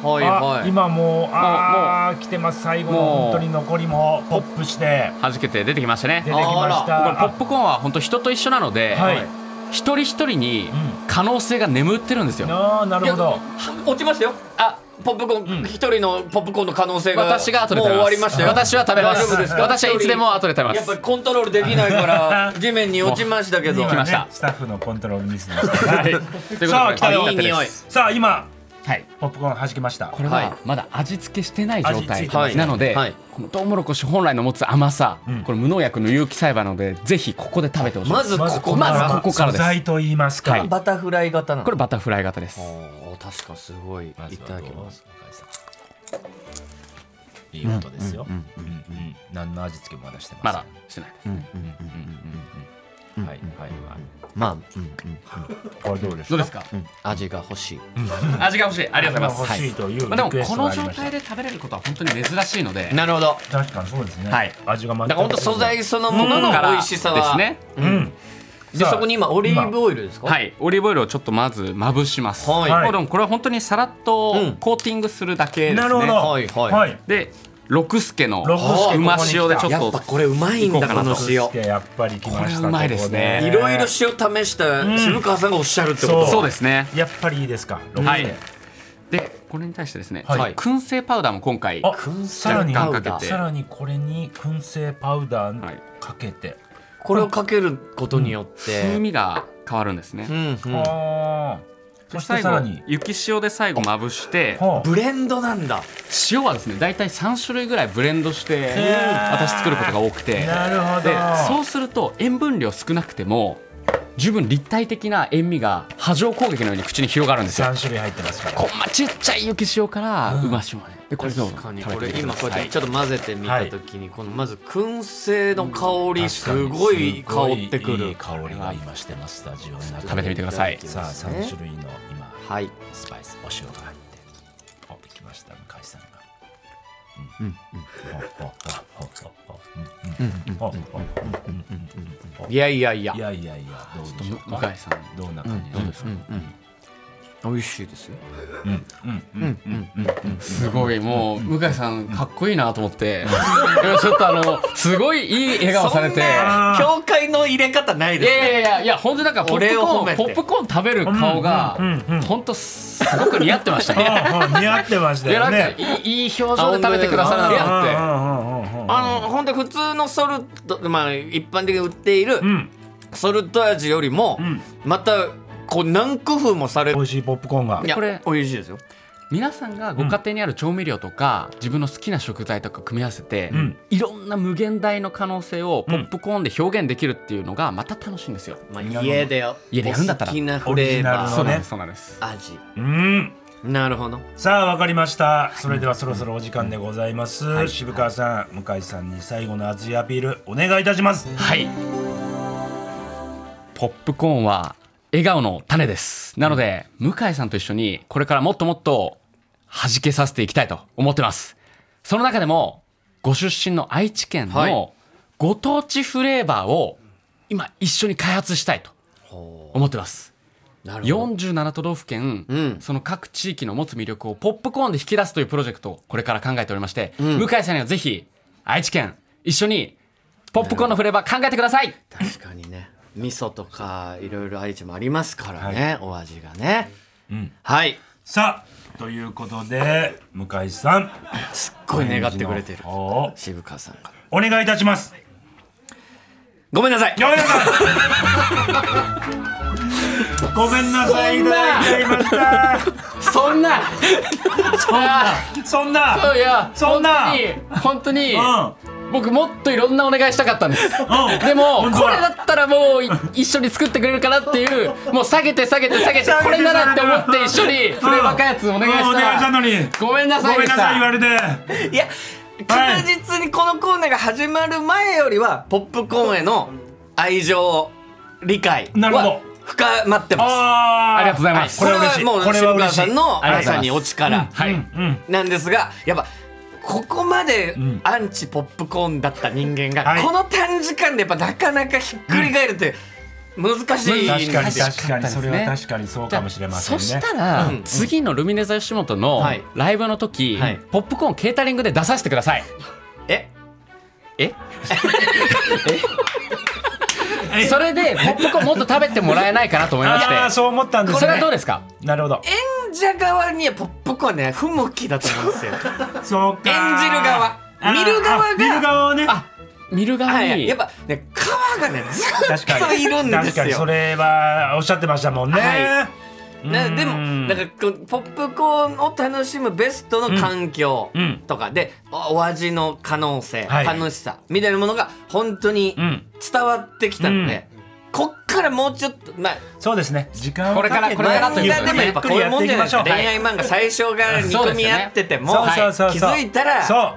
[SPEAKER 2] あ
[SPEAKER 1] はい
[SPEAKER 2] 今もうあー来てます最後の
[SPEAKER 3] もう
[SPEAKER 2] 本当に残りもポップして
[SPEAKER 3] 弾けて出てきました
[SPEAKER 2] 出てき
[SPEAKER 3] ね
[SPEAKER 2] まし
[SPEAKER 3] これポ
[SPEAKER 2] た
[SPEAKER 3] ップコーンは本当人と一緒なので、
[SPEAKER 2] あはい
[SPEAKER 3] 一人一人に
[SPEAKER 2] ん
[SPEAKER 3] 可能性が眠ってるんですよ、
[SPEAKER 2] あーなるほど
[SPEAKER 1] 落ちましたよあポップコーン一人のポップコーンの可能性が
[SPEAKER 3] 私が後で
[SPEAKER 1] もう
[SPEAKER 3] 食べ
[SPEAKER 1] 終
[SPEAKER 3] ま
[SPEAKER 1] わりまし
[SPEAKER 3] す
[SPEAKER 1] たよ
[SPEAKER 3] 私は食べます
[SPEAKER 1] 大丈夫ですか
[SPEAKER 3] 私はいつでも後で食べます
[SPEAKER 1] やっぱりコントロールできないから 地面に落ちましたけど
[SPEAKER 2] 今
[SPEAKER 3] きま
[SPEAKER 2] ね
[SPEAKER 3] した
[SPEAKER 2] スタッフのコントロールミスです、はい、
[SPEAKER 3] ということで
[SPEAKER 2] さあ来たよ
[SPEAKER 1] いい匂い
[SPEAKER 2] さあ今
[SPEAKER 3] はい
[SPEAKER 2] ポップコーン弾けました
[SPEAKER 3] これ
[SPEAKER 1] はい
[SPEAKER 3] はまだ味付けしてない状
[SPEAKER 2] 味付
[SPEAKER 3] 態、
[SPEAKER 2] いてません
[SPEAKER 3] なので、
[SPEAKER 1] はい
[SPEAKER 3] このトウモロコシ本来の持つ甘さ、
[SPEAKER 2] ん
[SPEAKER 3] これ無農薬の有機栽培なのでぜひここで食べてほしいです
[SPEAKER 1] まずここ
[SPEAKER 3] まず
[SPEAKER 1] から
[SPEAKER 3] ここからです
[SPEAKER 2] 素材と言いますか、
[SPEAKER 3] はい
[SPEAKER 1] バタフライ型なの
[SPEAKER 3] これバタフライ型です
[SPEAKER 1] おー確かすごいい
[SPEAKER 5] まずは
[SPEAKER 1] ただきます
[SPEAKER 5] どうぞ向井さんいい音ですよ、うんうん何の味付けもまだしてま
[SPEAKER 3] ま
[SPEAKER 5] せん
[SPEAKER 3] だしてない
[SPEAKER 5] はいはいはい
[SPEAKER 1] まあ、うん
[SPEAKER 2] これどうです
[SPEAKER 3] どう
[SPEAKER 2] か
[SPEAKER 3] ですか、
[SPEAKER 1] 味が欲しい
[SPEAKER 3] 味が欲しいありがとうございます
[SPEAKER 2] 欲しいという
[SPEAKER 3] まあ、
[SPEAKER 2] リ
[SPEAKER 3] で
[SPEAKER 2] クエ
[SPEAKER 3] も
[SPEAKER 2] ス
[SPEAKER 3] こ
[SPEAKER 2] トが
[SPEAKER 3] の
[SPEAKER 2] あり
[SPEAKER 3] 状
[SPEAKER 2] ました、
[SPEAKER 3] 態で食べれることは本当に珍しいので
[SPEAKER 1] なるほど
[SPEAKER 2] 確かにそうですね、
[SPEAKER 3] はい
[SPEAKER 2] 味が全く
[SPEAKER 1] だから本当素材そのものの
[SPEAKER 3] から
[SPEAKER 1] 美味しさは
[SPEAKER 3] ですね
[SPEAKER 2] うん
[SPEAKER 1] で
[SPEAKER 2] さあ
[SPEAKER 1] そこに今オリーブオイルですか
[SPEAKER 3] はいオリーブオイルをちょっとまずまぶします、
[SPEAKER 1] はい
[SPEAKER 2] はい
[SPEAKER 3] でもこれは本当にさらっと
[SPEAKER 1] うん
[SPEAKER 3] コーティングするだけですね、
[SPEAKER 2] なるほど
[SPEAKER 1] はいはい
[SPEAKER 2] はい
[SPEAKER 3] で六助の
[SPEAKER 2] 六助
[SPEAKER 3] うま塩でちょっ
[SPEAKER 1] やっ
[SPEAKER 3] と
[SPEAKER 1] ぱこれうまいんだからこの塩
[SPEAKER 2] でやっぱり来ました
[SPEAKER 3] これうまいですね
[SPEAKER 1] いろいろ塩試した渋川さんがおっしゃるってこ
[SPEAKER 2] そう
[SPEAKER 1] と
[SPEAKER 3] そうですね
[SPEAKER 2] やっぱりいいですかロック
[SPEAKER 3] はいでこれに対してですね、
[SPEAKER 2] はい
[SPEAKER 3] はい、燻製パウダーも今回
[SPEAKER 2] あ
[SPEAKER 1] 製
[SPEAKER 2] さらに
[SPEAKER 1] パ
[SPEAKER 3] 若
[SPEAKER 1] ウ
[SPEAKER 3] 干
[SPEAKER 1] ダ
[SPEAKER 3] か
[SPEAKER 1] ー
[SPEAKER 3] けて
[SPEAKER 2] さらにこれに燻製パウダ
[SPEAKER 3] はい
[SPEAKER 2] ーかけて、
[SPEAKER 1] これをかけることによって
[SPEAKER 3] 風味が変わるんですね、
[SPEAKER 1] うんうん
[SPEAKER 2] あーそして
[SPEAKER 3] 最
[SPEAKER 2] さら
[SPEAKER 3] 後
[SPEAKER 2] に
[SPEAKER 3] 雪塩で最後まぶして
[SPEAKER 2] は
[SPEAKER 1] ブレンドなんだ
[SPEAKER 3] 塩はですね大体3種類ぐらいブレンドして
[SPEAKER 2] ー
[SPEAKER 3] 私作ることが多くて
[SPEAKER 2] あなるほど
[SPEAKER 3] でそうすると塩分量少なくても十分立体的な塩味が波状攻撃のように口に広がるんですよ
[SPEAKER 2] 3種類入ってますから
[SPEAKER 3] こんなちっちゃい雪塩からうま塩まででこれどう
[SPEAKER 1] 確かにこれ今こうやってちょっと混ぜてみ
[SPEAKER 2] は
[SPEAKER 1] た
[SPEAKER 2] い
[SPEAKER 1] ときにこのまず燻製の香りすごい
[SPEAKER 5] 確か
[SPEAKER 1] 香
[SPEAKER 5] に
[SPEAKER 1] ってく
[SPEAKER 5] すごいい
[SPEAKER 1] る
[SPEAKER 5] い香りが今してますスタジオの中で
[SPEAKER 3] 食べてみてください
[SPEAKER 5] さあ三種類の今
[SPEAKER 1] はい
[SPEAKER 5] スパイスお塩が入っておできました向井さんが
[SPEAKER 2] おおお
[SPEAKER 1] いやいやいや
[SPEAKER 5] いやいやいやどうでしょう
[SPEAKER 3] 向井さん
[SPEAKER 5] どんな感じどうですか
[SPEAKER 1] 美味しいですよ
[SPEAKER 3] すごいもう向井さんかっこいいなと思っていやちょっとあのすごいいい笑顔されていや
[SPEAKER 2] あー
[SPEAKER 1] 教会の入れ方ない
[SPEAKER 3] い
[SPEAKER 1] です
[SPEAKER 3] やいやいや本当なんかポップ
[SPEAKER 1] 俺を
[SPEAKER 3] コ
[SPEAKER 1] 褒
[SPEAKER 3] ー
[SPEAKER 1] め
[SPEAKER 3] ン
[SPEAKER 1] て
[SPEAKER 3] ポップコーン食べる顔が
[SPEAKER 2] うんうんうん
[SPEAKER 3] 本当すごく似合ってましたね
[SPEAKER 2] あー似合ってまし
[SPEAKER 3] い
[SPEAKER 2] た
[SPEAKER 3] やな
[SPEAKER 2] よ
[SPEAKER 3] んか
[SPEAKER 2] ね
[SPEAKER 3] いいいい表情で食べてくださるなと
[SPEAKER 2] うんうん
[SPEAKER 3] 思って
[SPEAKER 2] うんうんうん
[SPEAKER 1] あの本当に普通のソルトまあ一般的に売っている
[SPEAKER 2] うん
[SPEAKER 1] ソルト味よりも
[SPEAKER 2] ん
[SPEAKER 1] またこう何工夫もされ
[SPEAKER 2] 美
[SPEAKER 1] る
[SPEAKER 2] 味しいポップコーンが
[SPEAKER 1] いや
[SPEAKER 3] これ
[SPEAKER 1] 美味しいですよ
[SPEAKER 3] 皆さんがご家庭にある調味料とか、自分の好きな食材とか組み合わせて、
[SPEAKER 2] ん
[SPEAKER 3] いろんな無限大の可能性をポップコーンで表現できるっていうのがまた楽しいんですよ、
[SPEAKER 1] まあ家でお
[SPEAKER 3] 家でやるんだった
[SPEAKER 1] 好
[SPEAKER 3] ら
[SPEAKER 1] きなフレーバ
[SPEAKER 2] そ
[SPEAKER 1] ー
[SPEAKER 2] うね
[SPEAKER 3] そうなんです
[SPEAKER 1] 味
[SPEAKER 2] うん
[SPEAKER 1] なるほど
[SPEAKER 2] さあわかりましたそれではそろそろお時間でございます、渋川さん向井さんに最後の熱いアピールお願いいたします
[SPEAKER 3] はいポップコーンは笑顔の種ですなので向井さんと一緒にこれからもっともっと弾けさせていきたいと思ってますその中でもご出身の愛知県
[SPEAKER 1] はい
[SPEAKER 3] のご当地フレーバーを今一緒に開発したいと思ってます
[SPEAKER 1] なるほど
[SPEAKER 3] 47都道府県、
[SPEAKER 1] ん
[SPEAKER 3] その各地域の持つ魅力をポップコーンで引き出すというプロジェクトをこれから考えておりまして、向井さんにはぜひ愛知県一緒にポップコーンのフレーバー考えてください
[SPEAKER 1] 確かにね味噌とかいろいろ愛知もありますからねお味がねはい
[SPEAKER 2] さあということで向井さん
[SPEAKER 1] すっごい願ってくれてる
[SPEAKER 2] おお
[SPEAKER 1] 渋川さんが
[SPEAKER 2] お願いいたします
[SPEAKER 1] ごめんなさい
[SPEAKER 2] ごめんなさい ごめんなさいいただいちゃいました
[SPEAKER 3] そんなそんな
[SPEAKER 2] そんな
[SPEAKER 3] そういや
[SPEAKER 2] そんな
[SPEAKER 3] 本当に本当に
[SPEAKER 2] う
[SPEAKER 3] 僕もっといろんなお願いしたかったんですでも
[SPEAKER 2] 本当
[SPEAKER 3] こ
[SPEAKER 2] は
[SPEAKER 3] れだったらもうい一緒に作ってくれるかなっていうもう下げて下げて下げて
[SPEAKER 2] 下げて
[SPEAKER 3] これならって思って一緒にフレバカやつお願い
[SPEAKER 2] うんお願いし
[SPEAKER 3] したた
[SPEAKER 2] のに
[SPEAKER 3] ごめんなさい
[SPEAKER 2] ごめ
[SPEAKER 3] で
[SPEAKER 2] ん
[SPEAKER 3] し
[SPEAKER 2] なさい言わ
[SPEAKER 3] た
[SPEAKER 2] れて
[SPEAKER 1] いや
[SPEAKER 2] はい
[SPEAKER 1] 確実にこのコーナーが始まる前よりはポップコーンへの愛情理解
[SPEAKER 2] なるほ
[SPEAKER 1] は
[SPEAKER 2] ど
[SPEAKER 1] 深まってます
[SPEAKER 2] あ
[SPEAKER 3] ありがとうございます
[SPEAKER 1] これはもう
[SPEAKER 5] これは
[SPEAKER 1] 渋
[SPEAKER 5] 嬉
[SPEAKER 1] 川
[SPEAKER 5] しい
[SPEAKER 1] さんの
[SPEAKER 3] ありが
[SPEAKER 1] 皆
[SPEAKER 3] とうございます
[SPEAKER 1] さんにお力
[SPEAKER 3] はい、
[SPEAKER 2] うん
[SPEAKER 1] なんですがやっぱここまで
[SPEAKER 2] ん
[SPEAKER 1] アンチポップコーンだった人間
[SPEAKER 2] は
[SPEAKER 1] が
[SPEAKER 2] い
[SPEAKER 1] この短時間でやっぱなかなかひっくり返るって難しいんです
[SPEAKER 2] 確
[SPEAKER 1] よ
[SPEAKER 2] かに
[SPEAKER 3] 確かに
[SPEAKER 2] 確かにそれは確かにそう
[SPEAKER 3] じ
[SPEAKER 2] か
[SPEAKER 3] ゃあ
[SPEAKER 2] もしれません
[SPEAKER 3] そ
[SPEAKER 2] ね
[SPEAKER 3] したら、
[SPEAKER 1] うん
[SPEAKER 3] 次のルミネ座吉本の
[SPEAKER 1] はい
[SPEAKER 3] ライブの時、
[SPEAKER 1] はい
[SPEAKER 3] ポップコーンケータリングで出させてください
[SPEAKER 1] え
[SPEAKER 3] ええそれでポップコーンもっと食べてもらえないかなと思いまし
[SPEAKER 2] ああ
[SPEAKER 3] て
[SPEAKER 2] そう思ったんですね
[SPEAKER 3] それはどうですか
[SPEAKER 2] なるほど
[SPEAKER 1] 演者側にはポップコーンね不向きだと思うんですよ
[SPEAKER 2] そうか
[SPEAKER 1] 演じる側見る側が
[SPEAKER 2] あーあ見る側はね
[SPEAKER 3] あ見る側に、
[SPEAKER 1] はいやっぱね皮がねず
[SPEAKER 2] 確
[SPEAKER 1] っ
[SPEAKER 2] か
[SPEAKER 1] と
[SPEAKER 2] に
[SPEAKER 1] いるんで
[SPEAKER 2] 確
[SPEAKER 1] す
[SPEAKER 2] かにそ
[SPEAKER 1] よ
[SPEAKER 2] れはおっしゃってましたもんね、
[SPEAKER 1] は
[SPEAKER 2] うん
[SPEAKER 1] なでもなんかこうポップコーンを楽しむベストの環境
[SPEAKER 2] うんうん
[SPEAKER 1] とかで、おお味の可能性、
[SPEAKER 2] はい
[SPEAKER 1] 楽しさみたいなものが本当に
[SPEAKER 2] うん
[SPEAKER 1] 伝わってきたので、こっからもうちょっとまあ
[SPEAKER 2] そうですね時間を
[SPEAKER 3] これから
[SPEAKER 2] かけて
[SPEAKER 3] これか
[SPEAKER 1] 漫
[SPEAKER 3] らと
[SPEAKER 1] 画
[SPEAKER 3] いう
[SPEAKER 2] ゆっ
[SPEAKER 3] こ
[SPEAKER 1] で
[SPEAKER 2] く
[SPEAKER 3] と
[SPEAKER 1] も
[SPEAKER 2] り
[SPEAKER 1] や
[SPEAKER 2] ゆ
[SPEAKER 1] っ
[SPEAKER 2] っ
[SPEAKER 1] ぱ
[SPEAKER 2] く
[SPEAKER 1] こうい
[SPEAKER 2] り
[SPEAKER 1] う
[SPEAKER 2] やっ
[SPEAKER 1] も
[SPEAKER 2] て
[SPEAKER 1] ん
[SPEAKER 2] い
[SPEAKER 1] じ
[SPEAKER 2] き
[SPEAKER 1] ゃないで
[SPEAKER 2] まし
[SPEAKER 1] す
[SPEAKER 2] ょう
[SPEAKER 1] か恋愛漫画最初から
[SPEAKER 3] そうです
[SPEAKER 1] 憎
[SPEAKER 3] よね
[SPEAKER 1] み合ってても、
[SPEAKER 2] そうそうそう
[SPEAKER 1] 気
[SPEAKER 2] そう
[SPEAKER 1] づいたら好
[SPEAKER 2] そう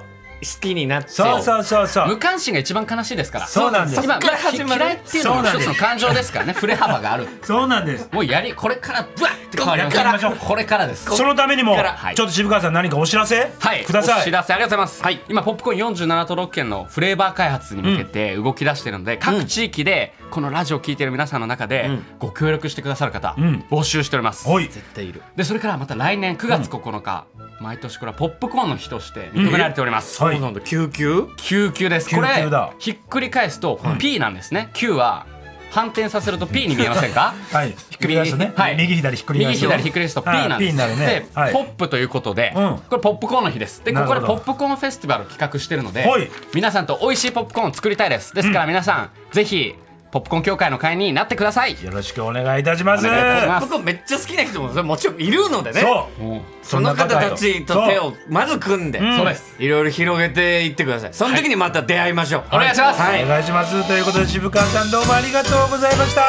[SPEAKER 1] きになって
[SPEAKER 2] そうそうそう そう
[SPEAKER 3] 無関心が一番悲しいですから
[SPEAKER 2] そうなんです
[SPEAKER 3] 今
[SPEAKER 1] そっから始まる
[SPEAKER 3] 嫌いっていうのが一つの感情ですか らね振れ幅がある
[SPEAKER 2] そうなんです
[SPEAKER 3] もうやりこれからブワッて変わります
[SPEAKER 2] こっから
[SPEAKER 3] これからです
[SPEAKER 2] そのためにも
[SPEAKER 1] こっから
[SPEAKER 3] はい
[SPEAKER 2] ちょっと渋川さん何かお知らせ
[SPEAKER 3] はい、
[SPEAKER 2] くださ
[SPEAKER 3] お知
[SPEAKER 2] い
[SPEAKER 3] らせありがとうございます、はい、今ポップコーン47都道府県のフレーバー開発に向けて動き出してるので、各地域でこのラジオを聞いてる皆さんの中で
[SPEAKER 1] ん
[SPEAKER 3] ご協力してくださる方、
[SPEAKER 2] ん
[SPEAKER 3] 募集しております、
[SPEAKER 2] はい
[SPEAKER 1] 絶対いる
[SPEAKER 3] でそれからまた来年9月9日、毎年これはポップコーンの日として認められております、
[SPEAKER 2] はい
[SPEAKER 1] なんだ救急
[SPEAKER 3] 救急です
[SPEAKER 2] 救
[SPEAKER 3] これ
[SPEAKER 2] 急だ
[SPEAKER 3] ひっくり返すと P なんですね、Q は反転させると P に見えませんか
[SPEAKER 2] はいひっくり返すとね
[SPEAKER 3] はい
[SPEAKER 2] 右左ひっくり
[SPEAKER 3] 右
[SPEAKER 2] 返す
[SPEAKER 3] 左ひっくり返すと P
[SPEAKER 2] はい
[SPEAKER 3] なんです、
[SPEAKER 2] P になるね
[SPEAKER 3] で、
[SPEAKER 2] はい
[SPEAKER 3] ポップということで、
[SPEAKER 2] うん
[SPEAKER 3] これポップコーンの日ですでここ
[SPEAKER 2] なる
[SPEAKER 3] で
[SPEAKER 2] ほ
[SPEAKER 3] ポッ
[SPEAKER 2] ど
[SPEAKER 3] プコーンフェスティバルを企画してるので、
[SPEAKER 2] はい
[SPEAKER 3] 皆さんと美味しいポップコーンを作りたいですですから皆さん、ぜひポップコーン協会の会員になってください
[SPEAKER 2] よろしくお願いいたします
[SPEAKER 3] お願いいたします
[SPEAKER 1] 僕めっちゃ好きな人もそれもちろんいるのでね
[SPEAKER 2] そ
[SPEAKER 3] もう
[SPEAKER 1] その方たちと手をまず組んで、
[SPEAKER 2] ん
[SPEAKER 3] そうです
[SPEAKER 1] いろいろ広げていってくださいその時にまた出会いましょう、
[SPEAKER 3] お願いします、
[SPEAKER 2] うお願いしますということで渋川さんどうもありがとうございました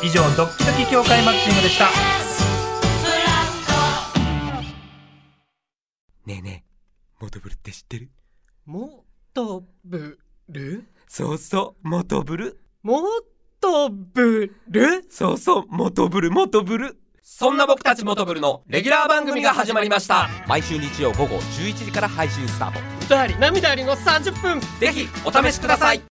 [SPEAKER 2] 以上ドッキドキ協会マッチングでした
[SPEAKER 6] ねえねえ、モトブルって知ってる
[SPEAKER 7] もとぶる
[SPEAKER 6] そうそう、モトブル。
[SPEAKER 7] もとぶる
[SPEAKER 6] そうそう、モトブル、モトブル。そんな僕たちモトブルのレギュラー番組が始まりました。毎週日曜午後11時から配信スタート。
[SPEAKER 7] 歌あり涙ありの30分
[SPEAKER 6] ぜひ、お試しください。